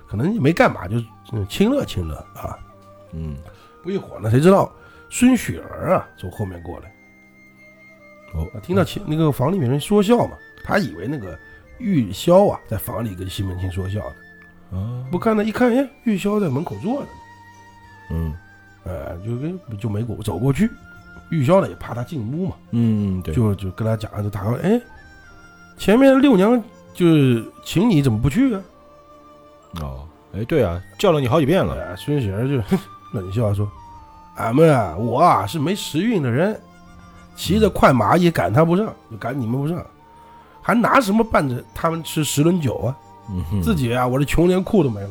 可能也没干嘛，就嗯亲热亲热啊。
嗯，
不一会儿呢，谁知道孙雪儿啊从后面过来。”
哦
啊，听到前那个房里面人说笑嘛，他以为那个玉箫啊在房里跟西门庆说笑呢，
啊，
不看呢一看，哎，玉箫在门口坐着呢，
嗯
呃，就跟就没过走过去，玉箫呢也怕他进屋嘛，
嗯，对，
就就跟他讲，就打个哎，前面六娘就是请你怎么不去啊？
哦，哎，对啊，叫了你好几遍了，
呃，孙雪儿就 哼冷笑说，俺们啊，我啊是没时运的人，骑着快马也赶他不上，就赶你们不上，还拿什么伴着他们吃十轮酒啊？
嗯哼，
自己啊，我这穷连裤都没了，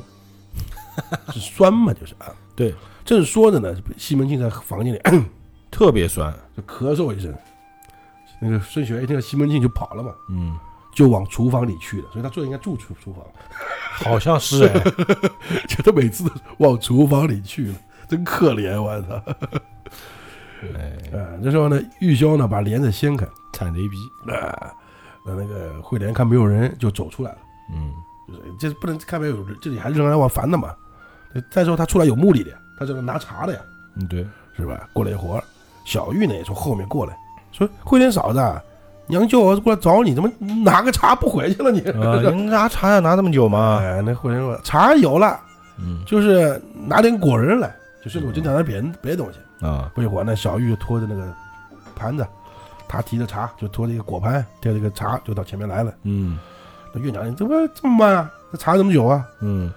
是酸嘛，就是啊。
对，
正说着呢，西门庆在房间里
特别酸，
就咳嗽一声，那个孙雪一听到西门庆就跑了嘛，
嗯，
就往厨房里去了，所以他最后应该住厨 厨房，
好像是哎，
就他每次都往厨房里去了，真可怜，我操！
哎，
啊，这时候呢，玉箫呢把帘子掀开，
惨贼逼，
啊，那那个慧莲看没有人就走出来了，
嗯，
就是这不能看没有人，这里还仍然往烦的嘛。再说他出来有目的的呀，他这个拿茶的呀，
嗯对，
是吧？过了一会儿，小玉呢也从后面过来，说：“慧莲嫂子啊，娘舅儿子过来找你，怎么拿个茶不回去了你？”
啊，您拿茶要拿这么久吗？
哎，那慧莲说：“茶有了，
嗯
就是拿点果仁来，就是我经常拿别人别的东西。”
啊，
不一会儿呢，小玉就拖着那个盘子，他提着茶，就拖着一个果盘，提着一个茶就到前面来了。
嗯
那院长，你怎么这么慢啊？这茶这么久啊？
嗯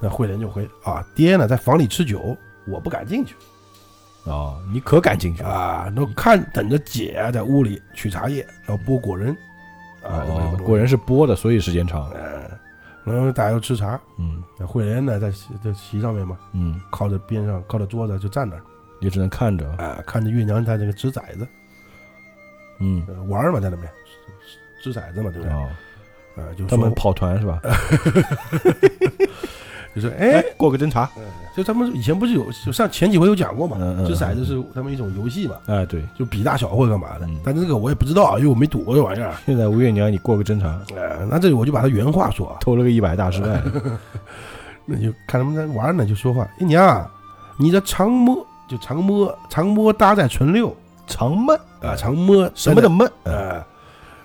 那慧莲就回啊，爹呢在房里吃酒，我不敢进去
啊，你可敢进去了？
啊。那看等着姐啊在屋里取茶叶，然后剥果仁啊，这么一个
哦
东，西
果然是剥的，所以时间长。
嗯，然后大家又吃茶。
嗯
那慧莲呢在席在席上面嘛，
嗯，
靠着边上靠着桌子就站那儿
也只能看着。
啊，看着月娘在那个掷骰子
嗯
呃玩儿嘛，在那边掷骰子嘛，对不对？
啊，
啊，就
他
说
们跑团是吧？
就说哎，，
过个侦查。
就他们以前不是有就上前几回有讲过嘛，
嗯嗯
掷骰子是他们一种游戏嘛，
哎，对，
就比大小或者干嘛的。
嗯
但这个我也不知道啊，因为我没赌过这玩意儿。
现在吴月娘，你过个侦查，
呃，那这里我就把他原话说啊，
偷了个一百大失败。
那就看他们在玩呢，就说话。哎娘啊，你这长摸就长摸长摸搭在唇溜
长闷
啊，长摸
什么的闷，
呃，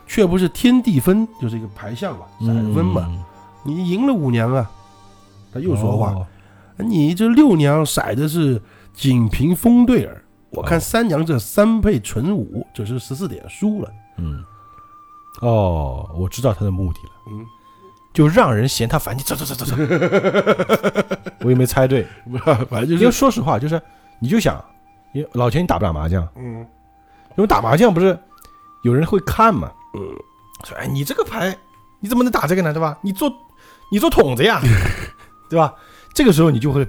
却不是天地分，就是一个牌象嘛，骰子分嘛。
嗯，
你赢了五娘啊，他又说话，哎
哦，
你这六娘骰的是锦屏风对儿，我看
哦
三娘这三配纯五，这是十四点输 了。
嗯，哦，我知道他的目的了，
嗯，
就让人嫌他烦，你走走走 走走。我也没猜对，
不知道，反正
因
就
为
是，
说实话，就是你就想，因为老钱你打不打麻将？
嗯
因为打麻将不是有人会看嘛，
嗯，
说哎你这个牌你怎么能打这个呢，对吧？你做你做筒 子呀，对吧？这个时候你就会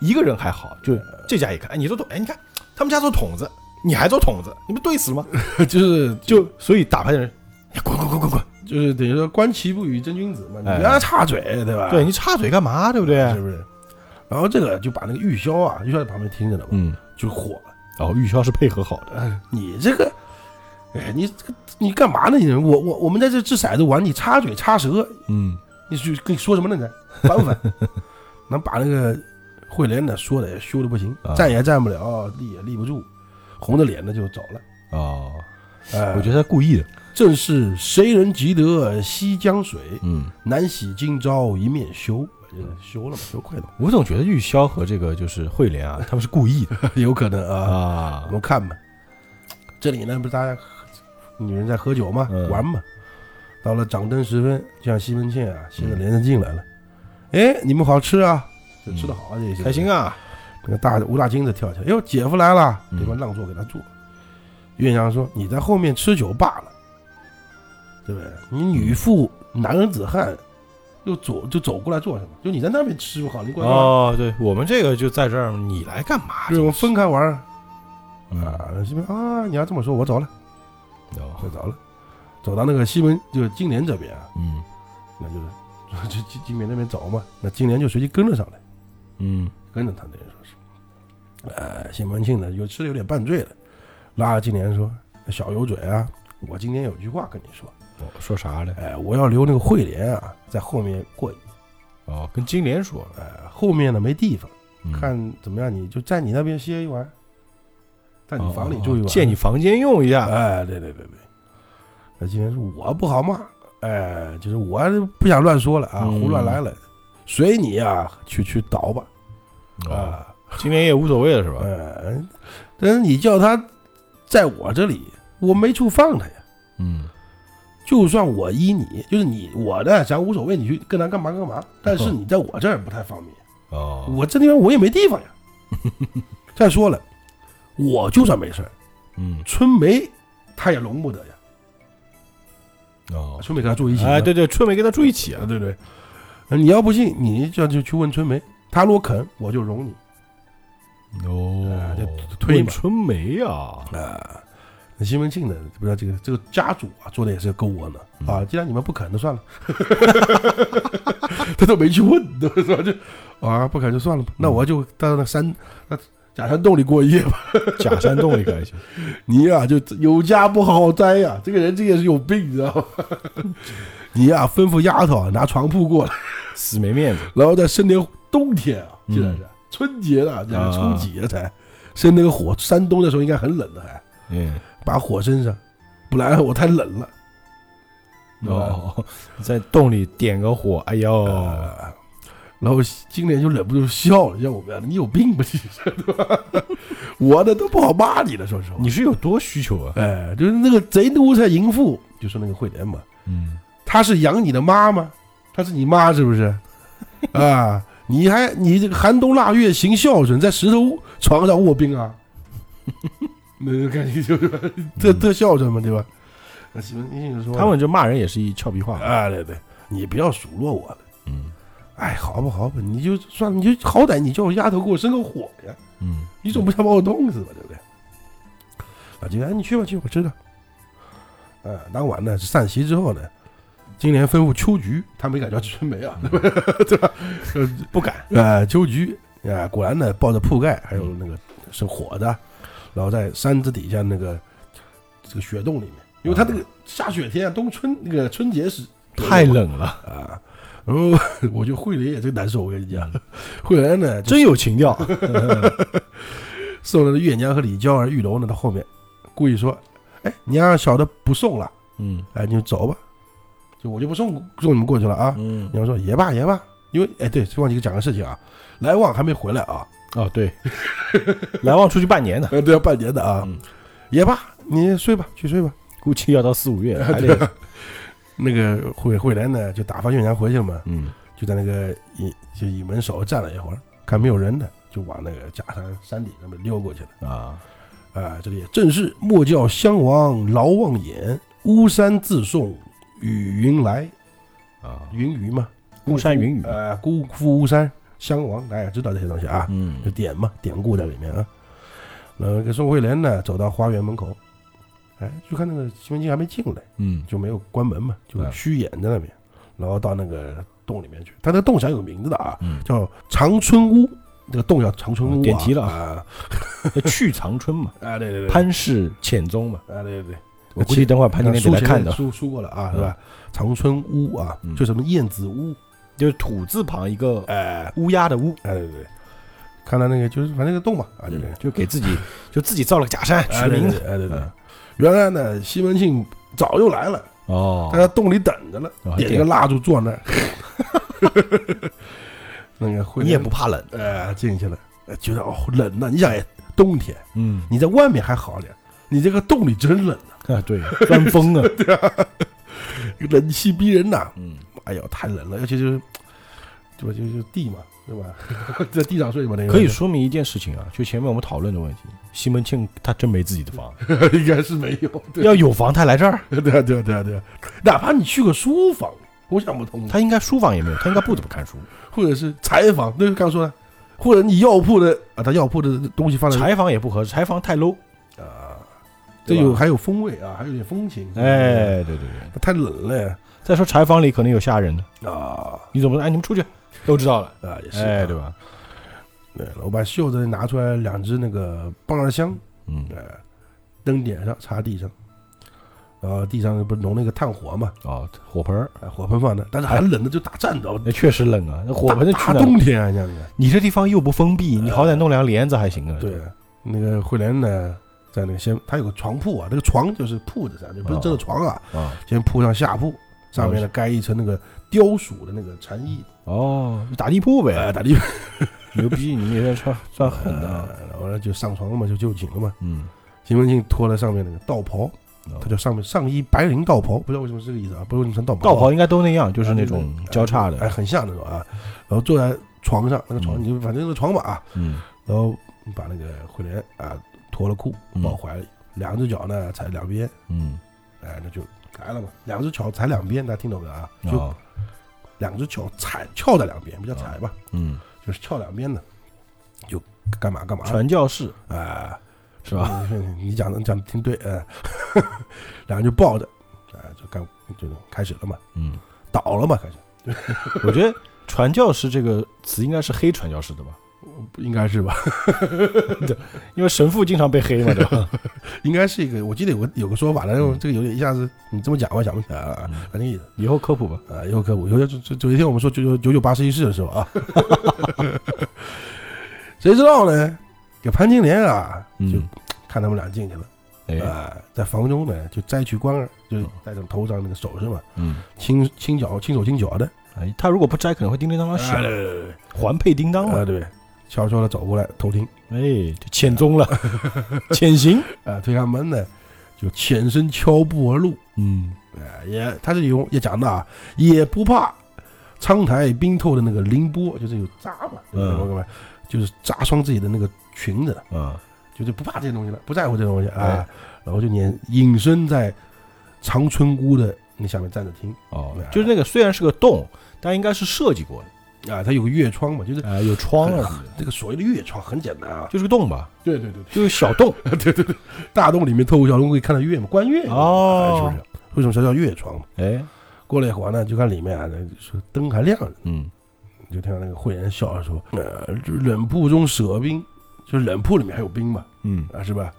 一个人还好，就这家一看，哎你做筒，哎你看他们家做筒子，你还做筒子，你不对死了吗？
就是
就所以打牌的人，哎滚滚滚滚滚，
就是等于说观其不语真君子嘛，你
哎
不要插嘴，对吧？
对你插嘴干嘛，对不
是
对？
不是？然后这个就把那个玉箫啊，玉箫在旁边听着呢嘛，
嗯，
就火了。
哦，玉箫是配合好的，
哎你这个，哎，你这个你干嘛呢？你我我我们在这掷骰子玩，你插嘴插舌，
嗯
你去跟你说什么呢？你 烦不烦？能把那个慧莲呢说的也羞的不行
啊，
站也站不了，立也立不住，红着脸呢就走了。
哦，
哎，
我觉得他故意的，
正是谁人即得西江水，
嗯，
难洗今朝一面哎羞。就是羞了嘛，羞愧 了嘛，
我总觉得玉箫和这个就是慧莲啊，他们是故意的
有可能啊。
啊
我们看吧。这里呢，不是大家喝女人在喝酒嘛，
嗯
玩嘛。到了掌灯时分，就像西门庆
嗯
啊，掀着帘子进来了。哎、你们好吃啊，就吃的好啊，这些
开心啊，
那个大吴大金子跳起来，哟，姐夫来了，
嗯
对吧？让座给他坐。岳阳说：“你在后面吃酒罢了，对不对？你女父男人子汉，又走就走过来做什么？就你在那边吃就好，你过来干嘛，
哦，对我们这个就在这儿，你来干嘛？
对，我们分开玩儿
嗯
啊。西门啊，你要这么说，我走了，
哦
我走了，走到那个西门就是金莲这边啊，
嗯
那就是就金金莲那边走嘛。那金莲就随即跟了上来，
嗯
跟着他等于说是。呃，西门庆呢，有吃的有点半醉了，拉着金莲说：“小油嘴啊，我今天有句话跟你说，
哦，说啥嘞？
哎，我要留那个慧莲啊，在后面过，
哦，跟金莲说了，
呃，后面呢没地方，
嗯
看怎么样，你就在你那边歇一晚，在你房里住一晚，
哦借你房间用一下。
哎，对对对对。那今天是我不好骂，哎，就是我不想乱说了啊，
嗯
胡乱来了，随你啊，去去倒吧
哦，
啊，
金莲也无所谓了是吧？
哎，但是你叫他在我这里，我没处放他呀。
嗯，
就算我依你，就是你我的，咱无所谓，你去跟他干嘛干嘛。但是你在我这儿不太方便，
哦，
我这地方我也没 地方呀。再说了，我就算没事儿，
嗯，
春梅她也容不得呀，
哦，
春梅跟他住一起呢。
哎，对对，春梅跟他住一起啊
啊，。对不对？呃你要不信，你就就去问春梅，她如果肯，我就容你。
哦
啊，在推
推
嘛。
春梅啊，
那西门庆呢，不知道这个这个家主啊，做的也是够窝囊啊。既然你们不肯，那算了， 他都没去问，对吧？就啊，不肯就算了吧。那我就到那山那假山洞里过一夜吧。
假山洞里开心，
你呀、就有家不好栽呀、这个人这也是有病，你知道吗？ 你呀、吩咐丫头啊拿床铺过来，
死没面子。
然后在深年冬天啊，
嗯
竟然是、春节了，这还
啊
初几了才生那个火，山东的时候应该很冷的，还
嗯，
把火身上，不然我太冷了。
哦，在洞里点个火，哎呦，
呃，然后经理就忍不住笑了，像我们一样的，你有病吧？你是对吧？ 我呢都不好骂你了，说实话。
你是有多需求啊？
哎，就是那个贼奴才淫妇，就说那个惠莲嘛，
嗯，
她是养你的妈吗？她是你妈是不是？啊，你还你这个寒冬腊月行孝顺，在石头床上卧冰啊？那就感觉就是特特孝顺嘛，对吧？那西门庆就说
他们这骂人也是一俏皮话。
啊，对对，你不要数落我了。
嗯
哎，好吧，好吧，你就算了，你就好歹你叫我丫头给我生个火呀，
嗯，
你总不想把我冻死吧，对不对？老金，哎，你去吧，去吧，我知道。呃，当晚呢，散席之后呢，金莲吩咐秋菊，他没敢叫春梅啊，对吧？
不敢。
呃，秋菊，啊、果然呢，抱着铺盖，还有那个是火的，然后在山子底下那个这个雪洞里面，因为他那个下雪天啊，冬春那个春节时
太冷了，
啊， 然后我就慧莲也真难受，我跟你 讲，慧莲呢，
真有情调。
送了月娘和李娇儿、玉楼呢到后面，故意说：“哎，你让小的不送了，
嗯
哎，你就走吧，就我就不送送你们过去了啊。
嗯，
娘说：“也罢，也罢，因为哎，对，忘记讲个事情啊，来旺还没回来啊，
哦对，来旺出去半年呢，
呃，都要半年的啊，
嗯
也罢，你睡吧，去 睡吧。
估计要到四五月还得。
那个慧慧莲呢，就打发月娘回去了嘛，
嗯
就在那个引就引门首站了一会儿，看没有人呢，就往那个假山山顶上面溜过去了。”
啊，
啊，这里正是莫教襄王劳望眼，巫山自送与云来。
啊，
云雨嘛，
巫山云雨
呃，辜负巫山襄王，大家也知道这些东西啊，
嗯
就典嘛，典故在里面啊。然后这个宋惠莲呢，走到花园门口，哎，就看那个西门庆还没进来，
嗯
就没有关门嘛，就
嗯
虚掩在那边，然后到那个洞里面去。他那个洞上有名字的啊，
嗯，
叫长春屋，这个洞叫长春屋、啊。
点题了
啊！
去长春嘛，
啊，对对对，
潘氏浅宗嘛，
啊，对对对。
我估计等会儿潘金莲
书
得来
前
看
面
的，
书书过了啊，
嗯
是吧？长春屋啊
嗯，
就什么燕子屋，
就是土字旁一个
哎
乌鸦的乌，
哎对对对，看到那个就是反正那个洞嘛啊，就是
就给自己 就自己造了个假山
哎
取
对
名
对
字
对哎对对
嗯，
原来呢西门庆早就来了，
哦
他在洞里等着了
哦，
点一个蜡烛 坐那儿，那个慧
你也
莲
不怕冷，
哎进去了，哎觉得哦冷呐，你想哎冬天
嗯
你在外面还好点，你这个洞里真冷啊，
啊对，钻风 啊，
冷气逼人呐。
嗯
哎呦，太冷了，而且就是，对吧？就就地嘛，对吧？ 在地上睡嘛，那个
可以说明一件事情啊，就前面我们讨论的问题，西门庆他真没自己的房，
应该是没有，对
要有房他来这儿，
对啊对啊对啊对啊，哪怕你去个书房，我想不通，啊
他应该书房也没有，他应该不怎么看书，
或者是柴房，那就刚说的，或者你药铺的啊，他药铺的东西 放在
柴房也不合适，柴房太 low，
啊，这
对吧
有还有风味啊，还有点风情，，
哎，对对对，
太冷了
再说柴房里可能有吓人的，
啊
你怎么哎你们出去，都知道了，
啊也是，
哎对？吧？
对，我把袖子里拿出来两只那个棒儿香，
嗯
呃，灯点上插地上，然后地上不是弄那个炭火嘛，
哦火盆儿，
啊，火盆放的，但是还冷的就打颤抖。
那确实冷啊，那火盆就去
大
哪
大冬天啊，你想想，
你这地方又不封闭，你好歹弄两帘子还行啊。
对，那个慧莲呢，在那个先，她有个床铺啊，那个床就是铺子上，就
哦
不是真的床啊，
啊，
先铺上下铺，上面呢盖一层那个雕鼠的那个蝉翼，
哦，打地铺呗
哎，，打地板
牛逼，你们也算算狠的啊。
然后呢就上床了嘛，就就寝了嘛。
嗯，
西门庆脱了上面那个道袍
哦，
他叫上面上衣白绫道袍，不知道为什么是这个意思啊，不是为什么穿道袍啊，
道袍应该都那样，就是那种交叉
哎，
的。
很像那种啊。然后坐在床上，那个床
嗯
你就反正那个床嘛啊，
嗯，
然后把那个慧莲啊脱了裤
嗯
抱怀里，两只脚呢踩两边，
嗯，
哎，那就来了嘛。两只脚踩两边，大家听懂了啊？就
啊，
两只脚踩翘在两边，不叫踩吧，
嗯，
就是翘两边的，就干嘛干嘛
传教士
啊，
是吧？
嗯 你讲的你讲的挺对，哎， 然后就抱着，啊，就干就开始了嘛，
嗯，
倒了嘛，开始
我觉得“传教士”这个词应该是黑传教士的吧？
哦应该是吧？
因为神父经常被黑嘛，对吧？
应该是一个，我记得有个有个说法，但是我这个有点一下子你这么讲我也想不起来了啊
嗯，
反正也
以后科普吧。
啊，以后科普，以后就就有一天我们说九九九九八十一世的时候啊， 谁知道呢？这潘金莲啊，就
嗯，
看他们俩进去了
哎，
啊、在房中呢就摘去冠儿，就是戴上头上那个首饰嘛，
嗯，
轻轻脚轻手轻脚的，
哎，他如果不摘，可能会叮叮当当
啊对
响，
对对对
环佩叮当
啊
了。
对，悄悄的走过来偷听
哎，就潜踪 了，潜行。
啊、推开门呢就潜身悄步而入，
嗯，
啊，也他是有也讲的啊，也不怕苍苔冰透的那个凌波，就是有扎嘛，对吧
嗯
各位就是扎伤自己的那个裙子，
啊，
就是不怕这些东西了，不在乎这些东西啊，
哎
然后就隐隐身在长春姑的那下面站着听
哦，就是那个虽然是个洞，但应该是设计过的，
啊，它有个月窗嘛，就是
啊，有窗啊什么的，
这个所谓的月窗很简单啊，
就是个洞吧，
对对对对
就是小 洞。
对对对，大洞里面透过小洞可以看到月嘛，观月嘛
哦
哎是不是？为什么叫叫月窗嘛？
哎，
过了一会儿呢，就看里面啊，那就是灯还亮着。
嗯，
就听到那个会员笑着说：“呃，这冷铺中舍冰，就是冷铺里面还有冰嘛，
嗯，
啊，是吧？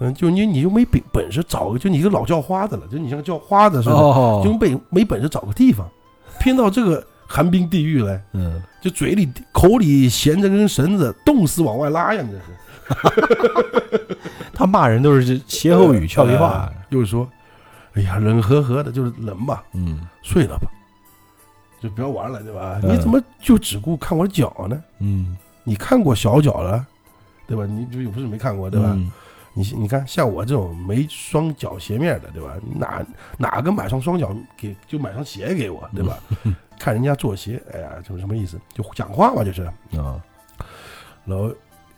嗯，就你你就没本本事找个，就你一个老叫花子了，就你像个叫花子似的，
哦
就没没本事找个地方，偏到这个寒冰地狱来，
嗯，
就嘴里口里衔着根绳子，冻死往外拉呀，你这是
他骂人都是歇后语、俏皮话
呃。又说：“哎呀，冷呵呵的，就是冷吧，
嗯
睡了吧，就不要玩了，对吧？
嗯
你怎么就只顾看我的脚呢？”
嗯，
你看过小脚了，对吧？你就有不是没看过，对吧？
嗯
你你看像我这种没双脚鞋面的，对吧？哪哪个买双双脚给就买双鞋给我，对吧？看人家做鞋，哎呀，就是什么意思？就讲话嘛，就是。
啊，
然后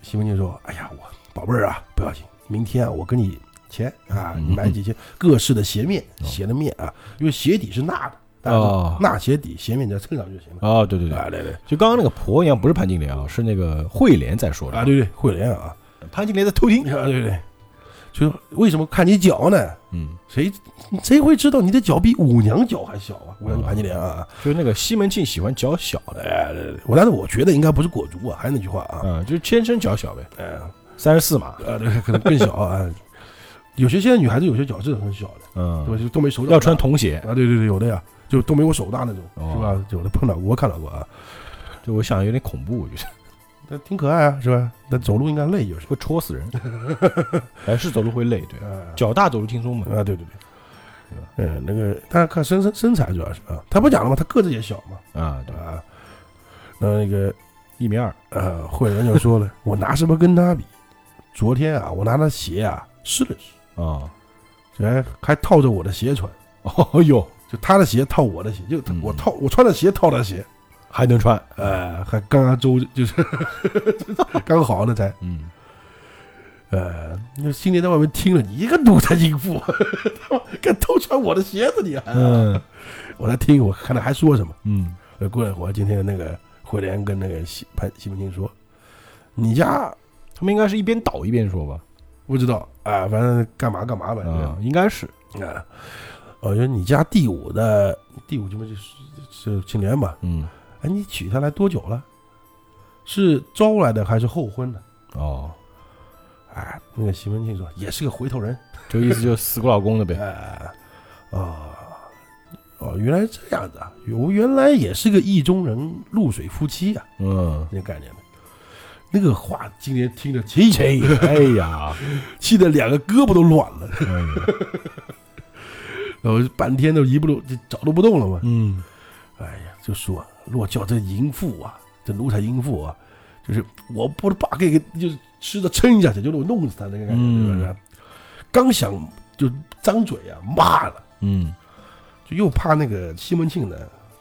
西门庆说：“哎呀，我宝贝儿啊，不要紧，明天啊，我给你钱啊，
嗯
你买几件各式的鞋面，
哦
鞋的面啊，因为鞋底是纳的，大家知道
哦
纳鞋底，鞋面你再蹭上去就行了。
哦，对对对，
啊，对对
就刚刚那个婆娘不是潘金莲啊，是那个惠莲在说
啊，
的。
对对，会联啊。”
潘金莲在偷听。
啊，对对，就是为什么看你脚呢？
嗯，
谁谁会知道你的脚比舞娘脚还小啊？舞娘
嗯
盘金莲啊，
就是那个西门庆喜欢脚啊小的，
哎，对对对我但是我觉得应该不是裹足啊，还是那句话啊，
啊，就是天生脚小呗，
哎，啊，
三十四码。
对，可能更小啊。有些现在女孩子有些脚真的很小的，对吧？
嗯，
就都没手掌大
要穿童鞋。
啊，对对对，有的呀，就都没我手大那种，
哦
是吧？有的碰到过，我看到过啊，
就我想有点恐怖，我觉得
但挺可爱啊，是吧？但走路应该累，就是
会戳 死人。哎，是走路会累，对，
啊，
脚大走路轻松嘛。
啊，对对对。嗯，那个，但是看身身身材主要是啊，他不讲了吗？他个子也小嘛，
啊，对，
啊，那那个
一米二。
呃，会人就说了，我拿什么跟他比？昨天啊，我拿他鞋啊试了试，
啊，
还还套着我的鞋穿，
哦哟，
就他的鞋套我的鞋，就他
嗯
我套我穿的鞋套他的鞋，
还能穿。
呃，还刚刚周就是 刚好呢才，
嗯，
呃，那新年在外面听了你一个奴才淫妇， 他妈敢偷穿我的鞋子你还？
嗯
我在听，我看他还说什么。
嗯，
呃，过了一会儿，今天那个慧莲跟那个西潘西门庆说，你家
他们应该是一边倒一边说吧。
不知道啊、反正干嘛干嘛吧，
啊，应该是。
啊，我觉得你家第五的第五舅妈就是是庆莲吧？
嗯，
哎，你娶她来多久了？是招来的还是后婚的？
哦，
哎，那个西门庆说也是个回头人。
就意思就是死过老公的
哎
呗。、
哦哦，原来是这样子啊！我原来也是个意中人，露水夫妻啊，
嗯，
那个概念的。那个话今天听着气
这 哎呀，
气得两个胳膊都软了，
哎呀
然后半天都移不动，就找都不动了嘛。
嗯，
哎呀，就说若叫这淫妇啊，这奴才淫妇啊，就是我不把给给就是吃的撑下去，就是我弄死他那个感觉，
嗯
对吧？刚想就张嘴啊骂了，
嗯，
就又怕那个西门庆呢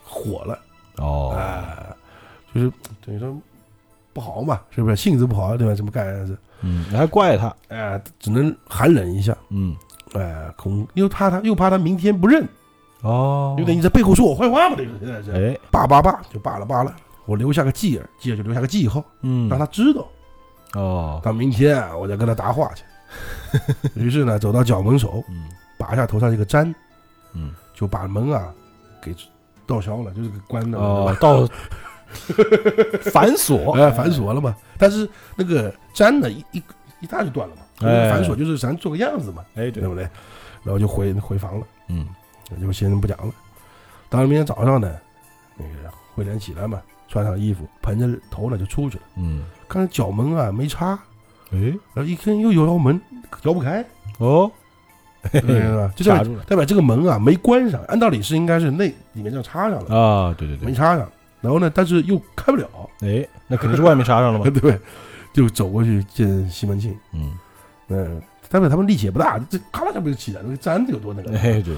火了啊、
哦，
就是等于说不好嘛，是不是性子不好，对吧？这么干是，
嗯，还怪他，
哎、只能寒冷一下，
嗯，
哎、恐又怕他又怕他明天不认，
哦
又等于在背后说我坏话嘛，等于现在是
哎，
罢罢罢就罢了罢了，我留下个记儿，记儿就留下个记号，
嗯，
让他知道。
哦，
到明天啊我就跟他 搭话去。于是呢，走到角门手，
嗯
拔下头上这个毡，
嗯，
就把门啊给吊销了，就是给关了，
哦， 到繁琐，
哎，反锁了嘛。但是那个毡呢，一一一下就断了嘛。
哎
那个反锁就是咱做个样子嘛，
哎，对
对，不对？然后就回回房了，
嗯
我就先不讲了。到了明天早上呢，那个慧莲起来嘛，穿上衣服，盆着头呢就出去了。
嗯，
看见角门啊没插，
哎，
然后一看又摇摇门，摇不开，
哦，嘿
对
嘿
吧？就代
卡
表
住了
代表这个门啊没关上，按道理是应该是内里面这样插上了，
啊，对对
没
对，
插上。然后呢，但是又开不了，
哎，那肯定是外面插上了嘛，
对，就走过去见西门庆。
嗯，
嗯，代表他们力气也不大，这咔啦下不就起来了？那个粘的有多那个？
哎对，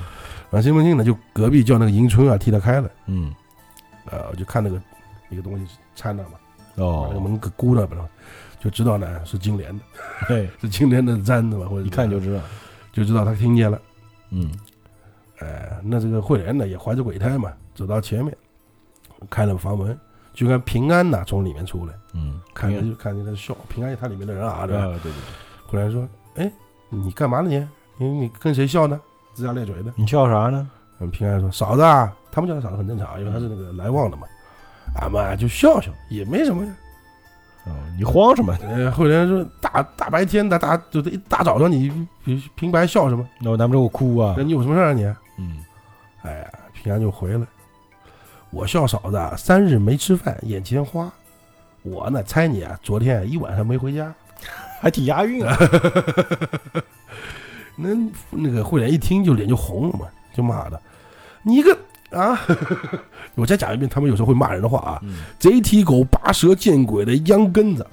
啊，西门庆呢，就隔壁叫那个迎春啊替他开了，
嗯，
啊，我就看那个一个东西掺那嘛，把那个
哦，
门给箍那边了，就知道呢是金莲的，
哎，
是金莲的粘的吧？或者
一看就知道，
就知道他听见了。
嗯
哎，那这个慧莲呢也怀着鬼胎嘛，走到前面，开了房门，就看平安呐从里面出来，
嗯，
看着
明
就看见他笑，平安也他里面的人啊，对吧？
啊，对对对，
慧莲说：“哎，你干嘛呢你？你你跟谁笑呢？龇牙咧嘴的。”
你笑啥呢？
嗯，平安说：“嫂子，啊，他们叫他嫂子很正常，因为他是那个来旺的嘛。俺们啊就笑笑，也没什么呀。
哦，你慌什么？
呃，后来说大大白天的，大就一大早上你平平白笑什么？
那我难不成我哭啊
那？你有什么事儿啊你？
嗯，
哎呀，平安就回了。我笑嫂子啊，三日没吃饭，眼前花。我呢，猜你啊，昨天一晚上没回家。
还挺押韵啊，
那那个慧莲一听就脸就红了嘛，就骂的，你个啊！ 我再讲一遍，他们有时候会骂人的话啊。
嗯
贼踢狗拔舌见鬼的秧根子，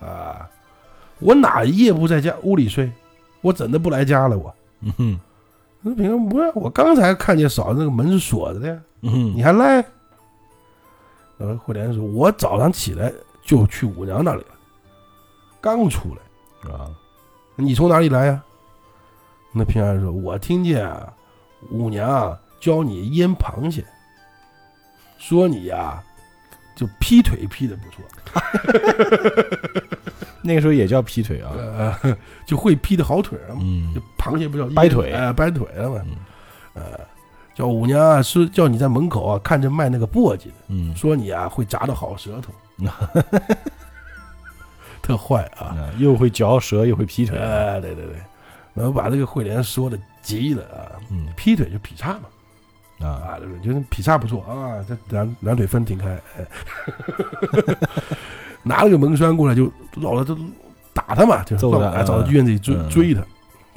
啊！我哪一夜不在家屋里睡？我怎的不来家了？我
嗯哼
那平安不是我刚才看见嫂子那个门是锁着的呀，
嗯哼
你还呃赖？然后慧莲说：“我早上起来就去五娘那里了，刚出来，
啊，
你从哪里来呀、那平安说：“我听见啊，五娘啊教你腌螃蟹，说你呀、就劈腿劈的不错。”
那个时候也叫劈腿啊，
呃， 就会劈的好腿儿啊嘛，
嗯
就螃蟹不叫
掰腿
哎、掰腿了嘛
嗯，
呃，叫五娘啊，是叫你在门口啊看着卖那个簸箕的，
嗯，
说你啊会炸的好舌 头，特坏啊，
啊又会嚼舌又会劈腿，啊
哎，对对对，然后把这个慧莲说的急了啊，
嗯
劈腿就劈叉嘛，
啊，
啊，就是觉得劈叉不错啊，这两两腿分挺开，哎、 拿了个门栓过来就绕了，就打他嘛，就
揍他
哎，找到
嗯
院子里追、
嗯
追他，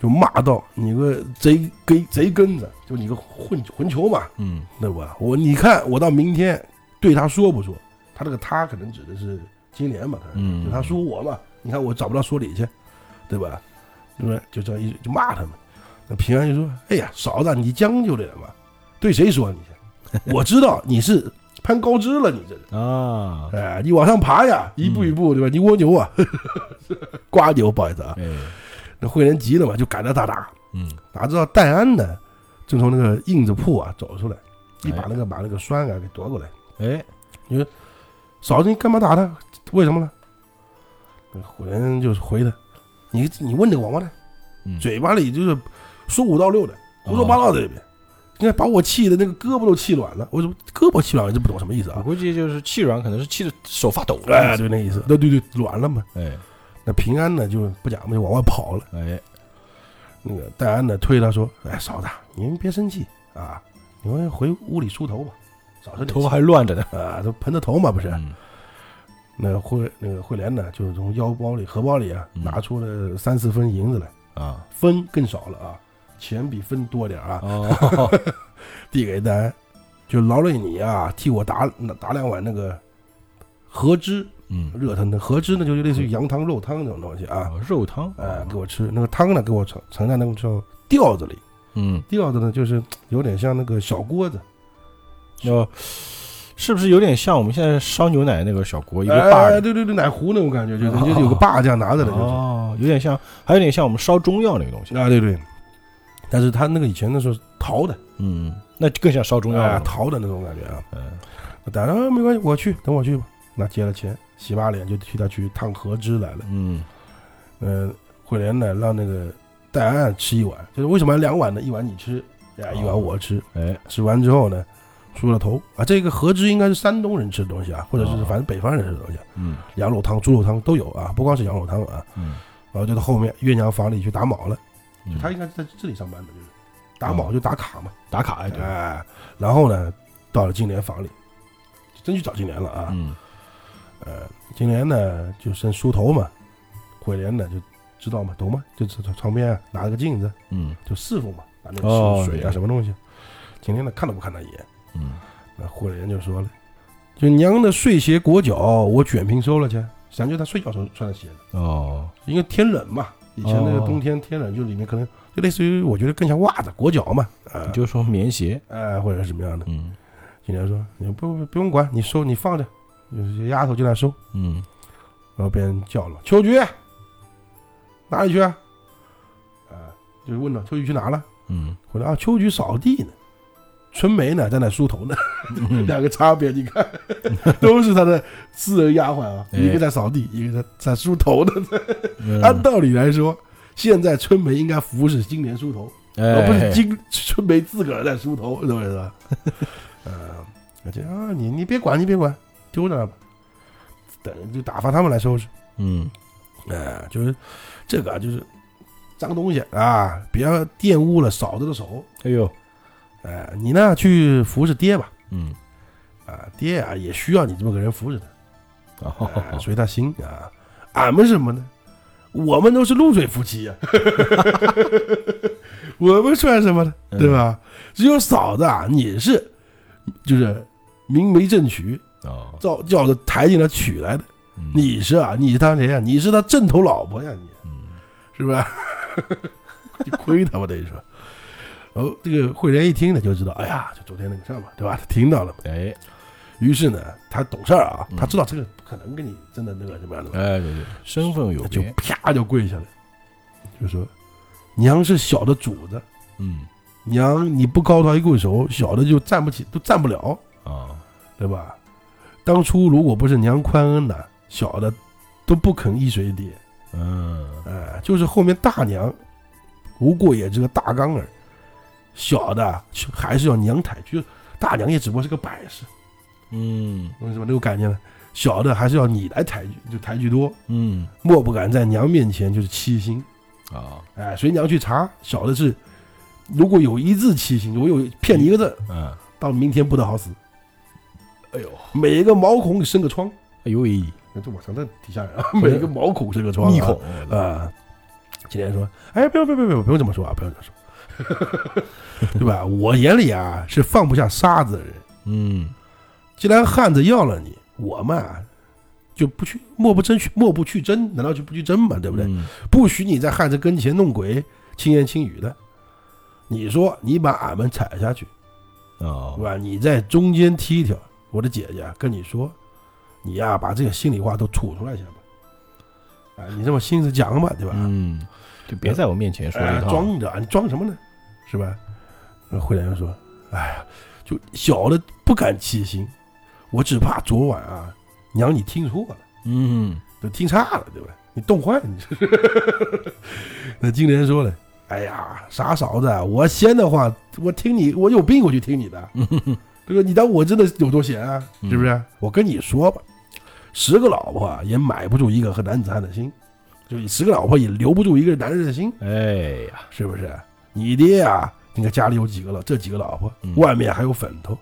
就骂道：“你个贼根贼根子，就你个混混球嘛，
嗯
对吧？我你看我到明天对他说不说？他这个他可能指的是金莲嘛，可能、
嗯
就他说我嘛，你看我找不到说理去，对吧？对不对？就这样一就骂他们。那平安就说：“哎呀，嫂子，你将就点嘛，对谁说你去？我知道你是攀高枝了，你这是。”
啊，
哎，你往上爬呀，一步一步，对吧？你蜗牛啊， 瓜牛，不好意思啊。
哎，
那慧莲急了嘛，就赶着他打，
嗯
哪知道戴安呢，正从那个印子铺啊走出来，一
哎
把那个把那个栓啊给夺过来。
哎，
嫂子，你干嘛打他？为什么呢？那慧莲就是回他，你你问那个王八蛋，
嗯
嘴巴里就是说五道六的，胡说八道在里面，你看把我气的那个胳膊都气软了。我说胳膊气软，我就不懂什么意思
我
啊？
估计就是气软，可能是气的手发抖了
哎，，对，那意思，那对对，软了嘛。
哎
那平安呢，就不讲嘛，就往外跑了。
哎，
那个戴安呢推他说：“哎，嫂子，您别生气啊，你们回屋里梳头吧，早上
头发还乱着呢，
啊，都盆着头嘛，不是？
嗯
那慧那个慧莲呢，就是从腰包里、荷包里啊
嗯
拿出了三四分银子来，
啊，
分更少了啊，钱比分多点儿啊，
哦，
递给戴安，就劳累你啊，替我打打两碗那个荷汁，
嗯，
热腾腾荷汁呢，就是类似于羊汤、肉汤这种东西啊，
哦肉汤，
哎，给我吃，那个汤呢给我盛盛在那个叫吊子里。”
嗯，
吊子呢，就是有点像那个小锅子，
要是不是有点像我们现在烧牛奶那个小哦锅一
一
个把儿
哎，对对对，奶壶那种感觉，就是
哦
就是有个把这样拿着的，就是
哦，有点像，还有点像我们烧中药那个东西，
啊，对对。但是他那个以前那时候是陶的，
嗯，那就更像烧中药
啊，
了，
陶的那种感觉啊。
嗯
当然没关系，我去，等我去吧。那接了钱，洗把脸就替他去烫河汁来了。
嗯
嗯，慧莲呢让那个戴安安吃一碗，就是为什么要两碗呢？一碗你吃，
哦
啊，一碗我吃。
哎
吃完之后呢，梳了头啊，这个河汁应该是山东人吃的东西啊，或者是
哦
反正北方人吃的东西啊，
嗯
羊肉汤、猪肉汤都有啊，不光是羊肉汤啊。
嗯，
然后就到后面岳娘房里去打卯了，
嗯哦
他应该是在这里上班的，就是打卯就打卡嘛，
打卡哎对，
哎，然后呢，到了金莲房里，就真去找金莲了啊。
嗯
呃，金莲呢就伸梳头嘛，慧莲呢就知道嘛，懂吗？就从床边啊拿了个镜子，
嗯
就侍奉嘛，拿那
哦
个水啊
对
什么东西。金莲呢看都不看他一眼，
嗯，
那慧莲就说了：“就娘的睡鞋裹脚，我卷平收了去。”想就他睡觉时候穿的鞋子，
哦
因为天冷嘛，以前那个
哦
冬天天冷，就里面可能就类似于我觉得更像袜子裹脚嘛，啊、
就说棉鞋，
呃或者是什么样的。
嗯
金莲说：“你不不不用管，你收你放着，有些丫头就来收。”
嗯
然后被人叫了：“秋菊，哪里去啊？”啊、就是问了秋菊去哪了，
嗯
回来啊，秋菊扫地呢，春梅呢在那梳头呢，
嗯
两个差别你 看，都是他的私人丫鬟啊，
哎
一个在扫地，一个在在梳头呢。按
嗯，
道理来说，现在春梅应该服侍金莲梳头，而
哎
啊不是金春梅自个儿在梳头，懂我 意思吧？呃，我觉得啊，你你别管，你别管，丢着了吧，等就打发他们来收拾。
嗯
哎，就是这个啊，就是脏东西啊，不要玷污了嫂子的手。
哎呦
哎，你呢去服侍爹吧，
嗯
啊，爹啊也需要你这么个人服侍他，哎
哦
随他心啊。俺们是什么呢？我们都是露水夫妻 呀、 我们算什么呢？
嗯
对吧？只有嫂子啊，你是就是明媒正娶，
哦
照叫着抬进来娶来的。
嗯
你是啊，你是他谁呀、你是他正头老婆呀、你。
嗯
是吧？ 你亏他吧，等于说。然后这个慧莲一听呢，就知道，哎呀，就昨天那个事儿嘛，对吧？他听到了嘛，
哎
于是呢，他懂事儿啊
嗯，
他知道这个不可能跟你真的那个什么样的嘛，
哎对对，身份有
他就
别，
啪就跪下来，就说：“娘是小的主子，
嗯
娘你不高抬贵手，小的就站不起，都站不了，
啊
对吧？当初如果不是娘宽恩呐，小的都不肯依随爹。”
嗯
哎，就是后面大娘吴过也这个大缸儿，小的还是要娘抬，就是大娘也只不过是个摆设，
嗯
懂什么那个概念呢？小的还是要你来抬举，就抬举多，
嗯
莫不敢在娘面前就是欺心。
啊
哎，随娘去查，小的是如果有一字欺心，我有骗你一个字，
嗯，
到明天不得好死，
哎呦
每一个毛孔里生个疮。
哎呦喂，
这我承认底下人啊，每一个毛孔生个疮、啊，
密孔
啊，今天说，哎，不用不用不用不用这么说啊，不用这么说， 对吧？我眼里啊是放不下沙子的人，
嗯
既然汉子要了你，我们啊就不去，莫不争取，莫不去争，难道就不去争嘛？
对
对不对？？不许你在汉子跟前弄鬼，轻言轻语的。你说你把俺们踩下去，
哦
对吧？你在中间踢一条，我的姐姐啊跟你说，你呀、把这个心里话都吐出来一下吧，啊，你这么心思讲嘛，对吧？
嗯，就别在我面前说
哎
这套。
装着，你装什么呢？是吧？呃慧莲就说：“哎呀，就小的不敢欺心，我只怕昨晚啊，娘你听错了，
嗯
都听差了，对吧？你冻坏了。你这” 那金莲说了：“哎呀，傻嫂子，我闲的话，我听你，我有病我就听你 的，对吧？你当我真的有多闲啊？
嗯
是不是？我跟你说吧，十个老婆啊也买不住一个和男子汉的心，就十个老婆也留不住一个男人的心。”
哎呀，
是不是？你爹啊，你看家里有几个老，这几个老婆，
嗯
外面还有粉头，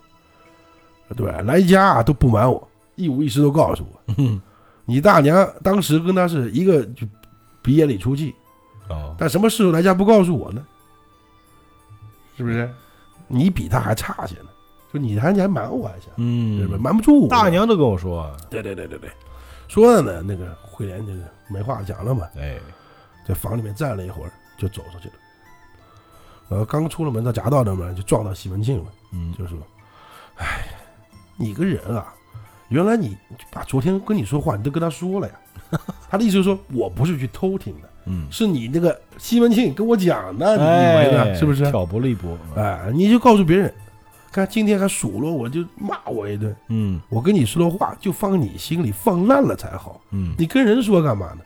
对吧？来家、啊、都不瞒我，一五一十都告诉我。
嗯
你大娘当时跟他是一个就鼻眼里出气，
哦，
但什么时候来家不告诉我呢？是不是？你比他还差些呢，就你还你还瞒我一下，是
嗯
不是？，瞒不住我。
大，娘都跟我说啊，
对对对对对，说的呢，那个慧莲就是没话讲了嘛，
哎，
在房里面站了一会儿，就走出去了。然后刚出了门到夹道那门，就撞到西门庆了，
嗯
就说：“哎，你个人啊，原来你把昨天跟你说话，你都跟他说了呀。”他的意思就是说我不是去偷听的，
嗯，
是你那个西门庆跟我讲的，你以
哎
为呢？是不是？
挑拨离波？
哎，你就告诉别人，看今天还数落我，就骂我一顿。
嗯
我跟你说的话就放你心里，放烂了才好。
嗯
你跟人说干嘛呢？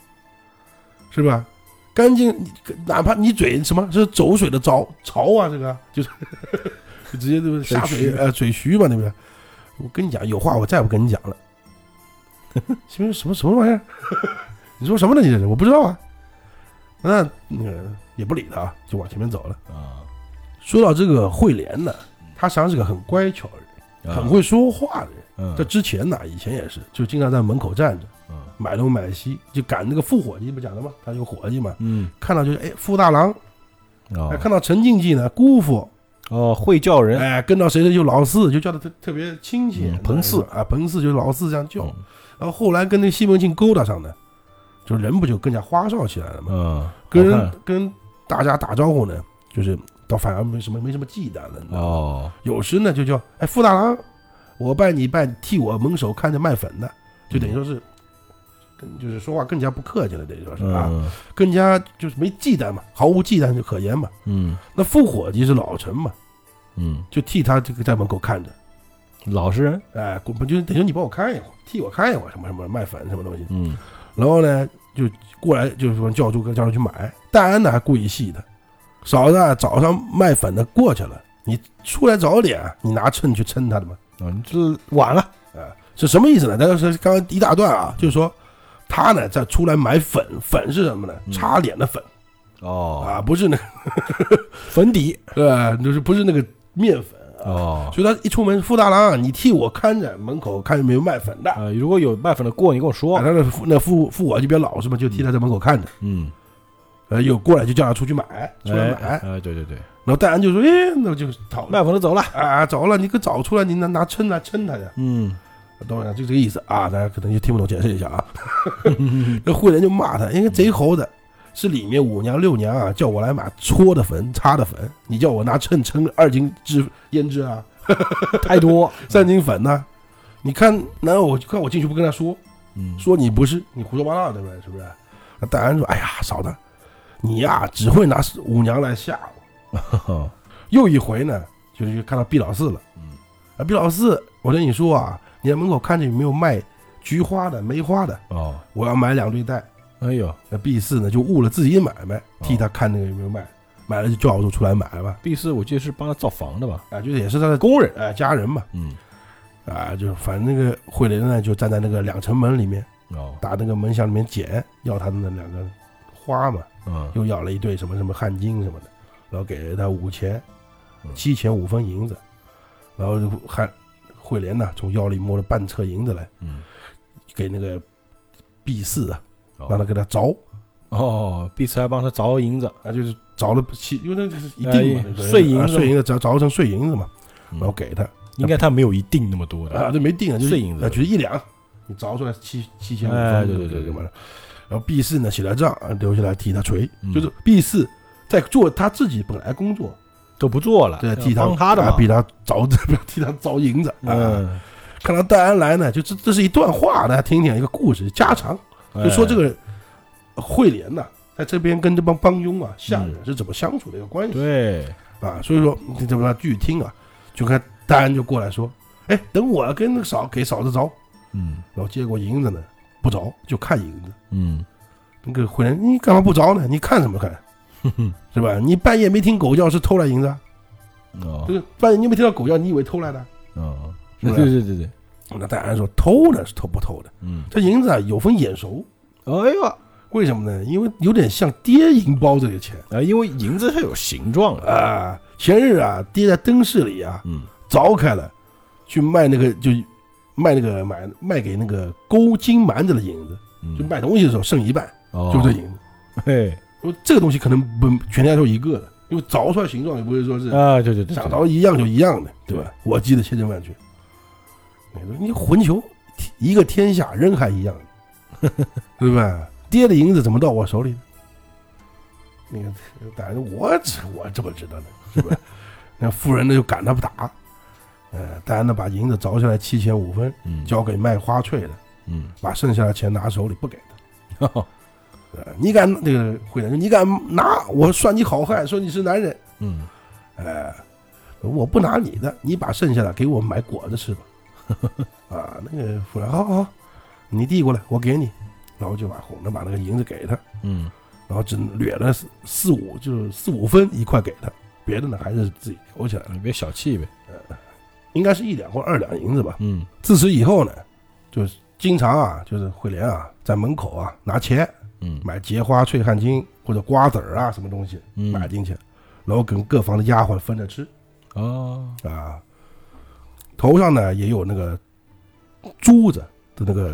是吧？干净，你哪怕你嘴什么是走水的潮潮啊，这个就是 就直接就是下
水
水
渠
呃水渠嘛，对不对？我跟你讲，有话我再不跟你讲了。什么什么什么玩意儿？ 你说什么呢？你这是我不知道啊。那那个也不理他啊，就往前面走了。
啊，
说到这个慧莲呢，他实际上是个很乖巧的人，
啊
很会说话的人。
嗯，
这之前呢，以前也是，就经常在门口站着。
嗯
买东买西，就赶那个副伙计不讲了吗？他有伙计嘛，
嗯
看到就是哎傅大郎，哎
哦
看到陈静济呢姑父，
哦，会叫人
哎跟到谁谁就老四，就叫他特特别亲切
嗯。彭四
啊，彭四就老四这样叫。
嗯
然后后来跟那个西门庆勾搭上的，就人不就更加花哨起来了嘛？
嗯，
跟
好
人
看
跟大家打招呼呢，就是倒反而没什么没什么忌惮了。你知道吗
哦，
有时呢就叫哎傅大郎，我拜你拜，替我蒙手看着卖粉的，
嗯
就等于说是。跟就是说话更加不客气了，等于说是啊，
嗯
更加就是没忌惮嘛，毫无忌惮就可言嘛。
嗯
那副伙计是老陈嘛，
嗯，
就替他这个在门口看着，
老实人，
哎，滚就等于说你帮我看一会儿，替我看一会儿什么什么卖粉什么东西。
嗯
然后呢，就过来就是说叫住叫他去买。戴安呢还故意戏他，嫂子啊早上卖粉的过去了，你出来早点啊，你拿秤去称他的嘛。
啊，你这晚了，
啊，是什么意思呢？但是刚刚一大段啊，就是说他呢在出来买粉，粉是什么呢？
嗯
擦脸的粉
哦，
啊，不是那个
粉底
呃，就是不是那个面粉啊。
哦，
所以他一出门，傅大郎，啊你替我看着门口，看有没有卖粉的。
呃，如果有卖粉的过，你跟我说
啊，，他那副那副副我就比较老实嘛，就替他在门口看着。
嗯，
呃，有过来就叫他出去买，出来
哎
买。
哎，对对对，
然后戴安就说：“哎，那就讨
卖粉的走了，
啊，走了，你可早出来，你拿拿称来称他去。
嗯”
当然就这个意思啊，大家可能就听不懂，解释一下啊。那慧莲就骂他：“因为贼猴子，是里面五娘六娘啊，叫我来买搓的粉、擦的粉，你叫我拿秤称二斤脂胭脂啊。”
太多，
三斤粉呢？你看，难道我看我进去不跟他说，
嗯
说你不是你胡说八道，对不对？是不是？那戴安说：“哎呀，嫂子，你呀、只会拿五娘来吓我。
哦”
又一回呢，就是看到毕老四了。
嗯，
啊，毕老四，我跟你说啊，你在门口看着有没有卖菊花的、梅花的？
哦，
我要买两对戴。
哎呦
那毕四呢，就误了自己的买卖，
哦
替他看那个有没有卖，买了就叫我说出来买了吧。
，B 四我记得是帮他造房的吧，
啊，就是也是他的
工人，
呃家人嘛，
嗯
啊，就是反正那个慧莲呢，就站在那个两层门里面。
哦，
打那个门箱里面捡，要他的那两个花嘛，
嗯
又要了一对什么什么汗巾什么的，然后给了他五钱，
嗯
七钱五分银子，然后还慧莲呢从腰里摸了半车银子来，
嗯，
给那个 B 四啊，
哦
让他给他凿，
哦，B 四还帮他凿银子，
啊就是凿了七，因为那是一定嘛
哎，
对
碎银子
啊碎银子凿凿成碎银子嘛，
嗯
然后给他
应该他没有一定那么多
啊
的，
这没定啊，就是
碎银子
啊就是一两，你凿出来七七千五
哎
分，
对对对对
嘛的。然后 B 四呢写了账，啊留下来替他锤，
嗯
就是 B 四在做他自己本来工作，
都不做了，
对，替
帮他的
啊
嘛，
比他凿， 替他凿银子啊。
嗯，
看到戴安来呢，就这这是一段话，大家听听一个故事家常，
哎嗯
就说这个慧莲呐，在这边跟这帮帮佣
嗯
啊下人是怎么相处的一个关
哎
系
对，
啊。所以说你怎么样继续听啊？就看戴安就过来说，哎，等我跟那个嫂给嫂子凿。
嗯
然后结果银子呢不着，就看银子。
嗯
那个回来，你干嘛不着呢？你看什么看？是吧？你半夜没听狗叫是偷来银子啊？
哦
就是半夜你没听到狗叫，你以为偷来的？
哦，
是
对
不是
对对对，
那戴安说偷呢是偷不偷的？
嗯，
这银子啊有分眼熟，
哎呦
为什么呢？因为有点像爹银包这个钱
啊，因为银子它有形状的，
啊。前日啊，爹在灯市里啊
嗯
凿开了，去卖那个就卖那个买卖给那个勾金蛮子的银子，
嗯，
就卖东西的时候剩一半，
哦，
就这银子。
嘿
因为这个东西可能不全天下就一个的，因为凿出来形状也不会说是
啊，对对对，
想
对
凿一样就一样的，对吧？我记得千真万确。你说你混球，一个天下人还 一样，对吧？爹的银子怎么到我手里呢？那个反正我只我怎么知道呢？是吧？那富人呢就赶他不打，呃，戴安呢把银子凿下来七钱五分，
嗯
交给卖花翠的，
嗯，
把剩下的钱拿手里不给他。
哦
呃你敢那个会长，你敢拿我算你好汉，说你是男人。
嗯
哎，我不拿你的，你把剩下的给我买果子吃吧。 啊，那个夫人，好好，好你递过来，我给你。然后就把哄着把那个银子给他，
嗯
然后只掠了四四五，就是四五分一块给他，别的呢还是自己留起来了，
你别小气呗，
应该是一两或二两银子吧。
嗯
自此以后呢，就是经常啊，就是慧莲啊，在门口啊拿钱
嗯
买结花、醉汗巾或者瓜子儿啊什么东西
嗯
买进去，然后跟各房的丫鬟分着吃
哦，
啊。头上呢也有那个珠子的那个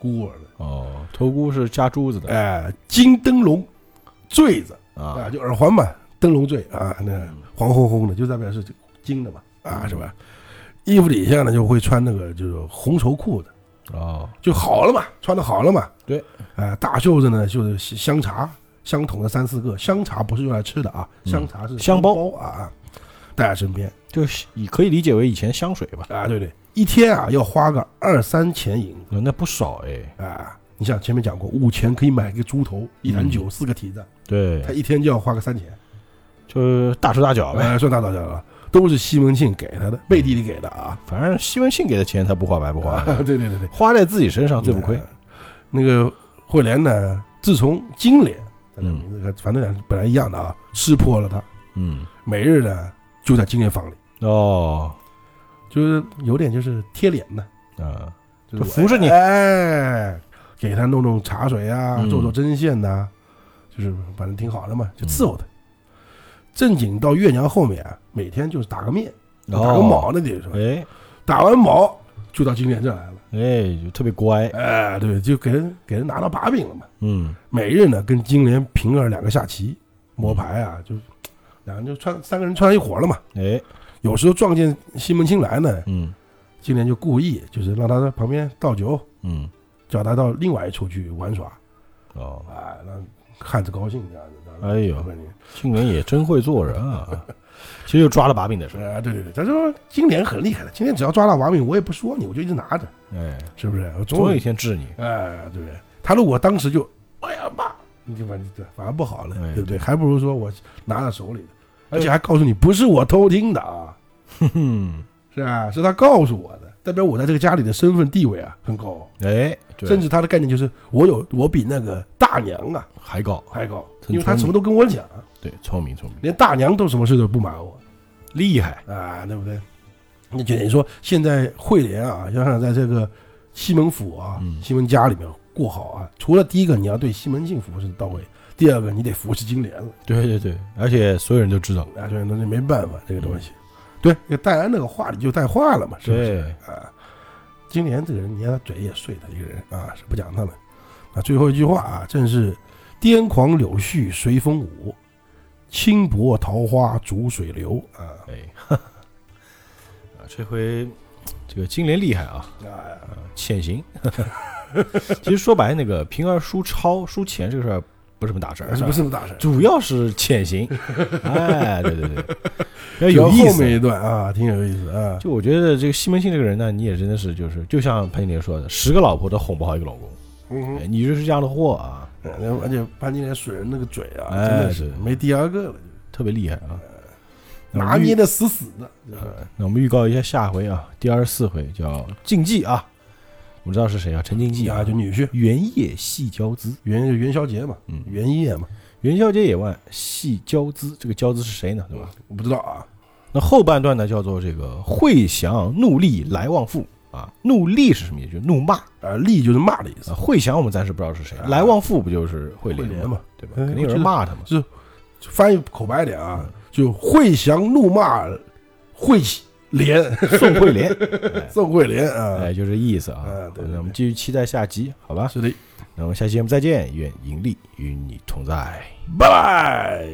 箍儿的，
哦，头箍是夹珠子的
哎、金灯笼坠子啊，
啊，嗯
就耳环嘛，灯笼坠啊，那黄红红的，就代表是金的嘛，啊是吧？衣服底下呢就会穿那个就是红绸裤子。
哦，
就好了嘛，穿的好了嘛。
对，
呃，大袖子呢就是香茶，相同的三四个。香茶不是用来吃的啊，
嗯
香茶是
香包
包啊，带在身边
就是以可以理解为以前香水吧，
啊，对对，一天啊要花个二三钱银
嗯那不少哎，
子啊。你像前面讲过，五钱可以买一个猪头、一
嗯
坛酒、四个蹄子，
对
他，一天就要花个三钱，
就是大手大脚呗，
哎，算大大小了，都是西门庆给他的，背地里给的啊。
反正西门庆给的钱他不花白不花
啊，，对对对对，
花在自己身上最不亏
嗯。那个慧莲呢，自从金莲，这个名字反正俩本来一样的啊，识破了他，
嗯，
每日呢就在金莲房里，
哦，
就是有点就是贴脸的，
啊，
就是
就服侍你
哎，给他弄弄茶水啊，
嗯
做做针线呐、就是反正挺好的嘛，就伺候他。正经到月娘后面啊，每天就是打个面，
哦
打个卯那得说，
哎
打完卯就到金莲这来了，
哎，就特别乖，
哎，对，就给人给人拿到把柄了嘛。
嗯
每日呢跟金莲、平儿两个下棋、摸牌
嗯
啊，就两个人就穿三个人穿一伙了嘛。
哎
有时候撞见西门庆来呢，
嗯
金莲就故意就是让他在旁边倒酒，
嗯，
叫他到另外一处去玩耍
哦，
啊，让汉子高兴这样子。让他
哎呦
老板娘
青莲也真会做人 啊，其实就抓了把柄的事，
啊，对对对，他说金莲很厉害的，今天只要抓到把柄，我也不说你，我就一直拿着，
哎，
是不是？我
总
总
有一
有
天治你，
哎，对不对？他如果当时就哎呀妈，你就反正反而不好了，
哎
对不对？还不如说我拿到手里的，
哎
而且还告诉你不是我偷听的啊。
嗯，
是啊，是他告诉我的，代表我在这个家里的身份地位啊很高，
哎，对
甚至他的概念就是我有我比那个大娘啊
还高，
还高，
很
因为他
聪
什么都跟我讲，啊
对，聪明聪明，
连大娘都什么事都不瞒我
厉害，
啊，对不对？那就等于说现在慧莲啊，要想在这个西门府啊、
嗯
西门家里面过好啊，除了第一个你要对西门庆服侍到位，第二个你得服侍金莲了，
对对对，而且所有人都知道，
啊，对，那就没办法这个东西。对，那个戴安那个话里就带话了嘛，是不是？
嗯对，
啊，金莲这个人，你看他嘴也碎的一个人啊，是不讲他了。那最后一句话啊，正是“癫狂柳絮随风舞，轻薄桃花逐水流”啊
哎，哈哈 啊，这回这个金莲厉害啊，
啊，
潜行。 其实说白，那个平儿输钞输钱这个事儿不是什么大事儿，
是
吧
不是？那么大事？
主要是潜行。哎，对 对对，要哎有
主要
意
后面一
思。
段啊，挺有意思啊。
就我觉得这个西门庆这个人呢，你也真的是就是，就像潘金莲说的，十个老婆都哄不好一个老公，
嗯哼
哎，你就是这样的货啊，
嗯而且潘金莲损人那个嘴啊，
哎
真的是
对
没第二个了，
特别厉害啊。那我
拿
们预
捏的死死的。
那我们预告一下下回啊，第二十四回叫竞技啊，我们知道是谁啊？陈经
记
济
啊，
啊
就，女婿
元夜戏交姿，
元就元宵节嘛，
嗯，
元夜嘛，
元宵节也晚，戏交姿，这个交姿是谁呢？对吧？
我不知道啊。
那后半段呢，叫做这个“惠降怒厉来旺妇”啊，怒厉是什么意思？就是怒骂
啊，利就是骂的意思
啊。，惠降我们暂时不知道是谁，
啊
来旺妇不就是惠
会
莲
连
吗？
嘛，
对吧？
嗯
肯定有人骂他嘛。
翻译口白一点
嗯
啊，就惠祥怒骂惠莲
宋惠莲，
宋惠莲啊，
哎，就这意思啊
啊。对对对
那我们继续期待下集，好吧？
是的，
那我们下期节目再见，愿盈利与你同在。
拜拜。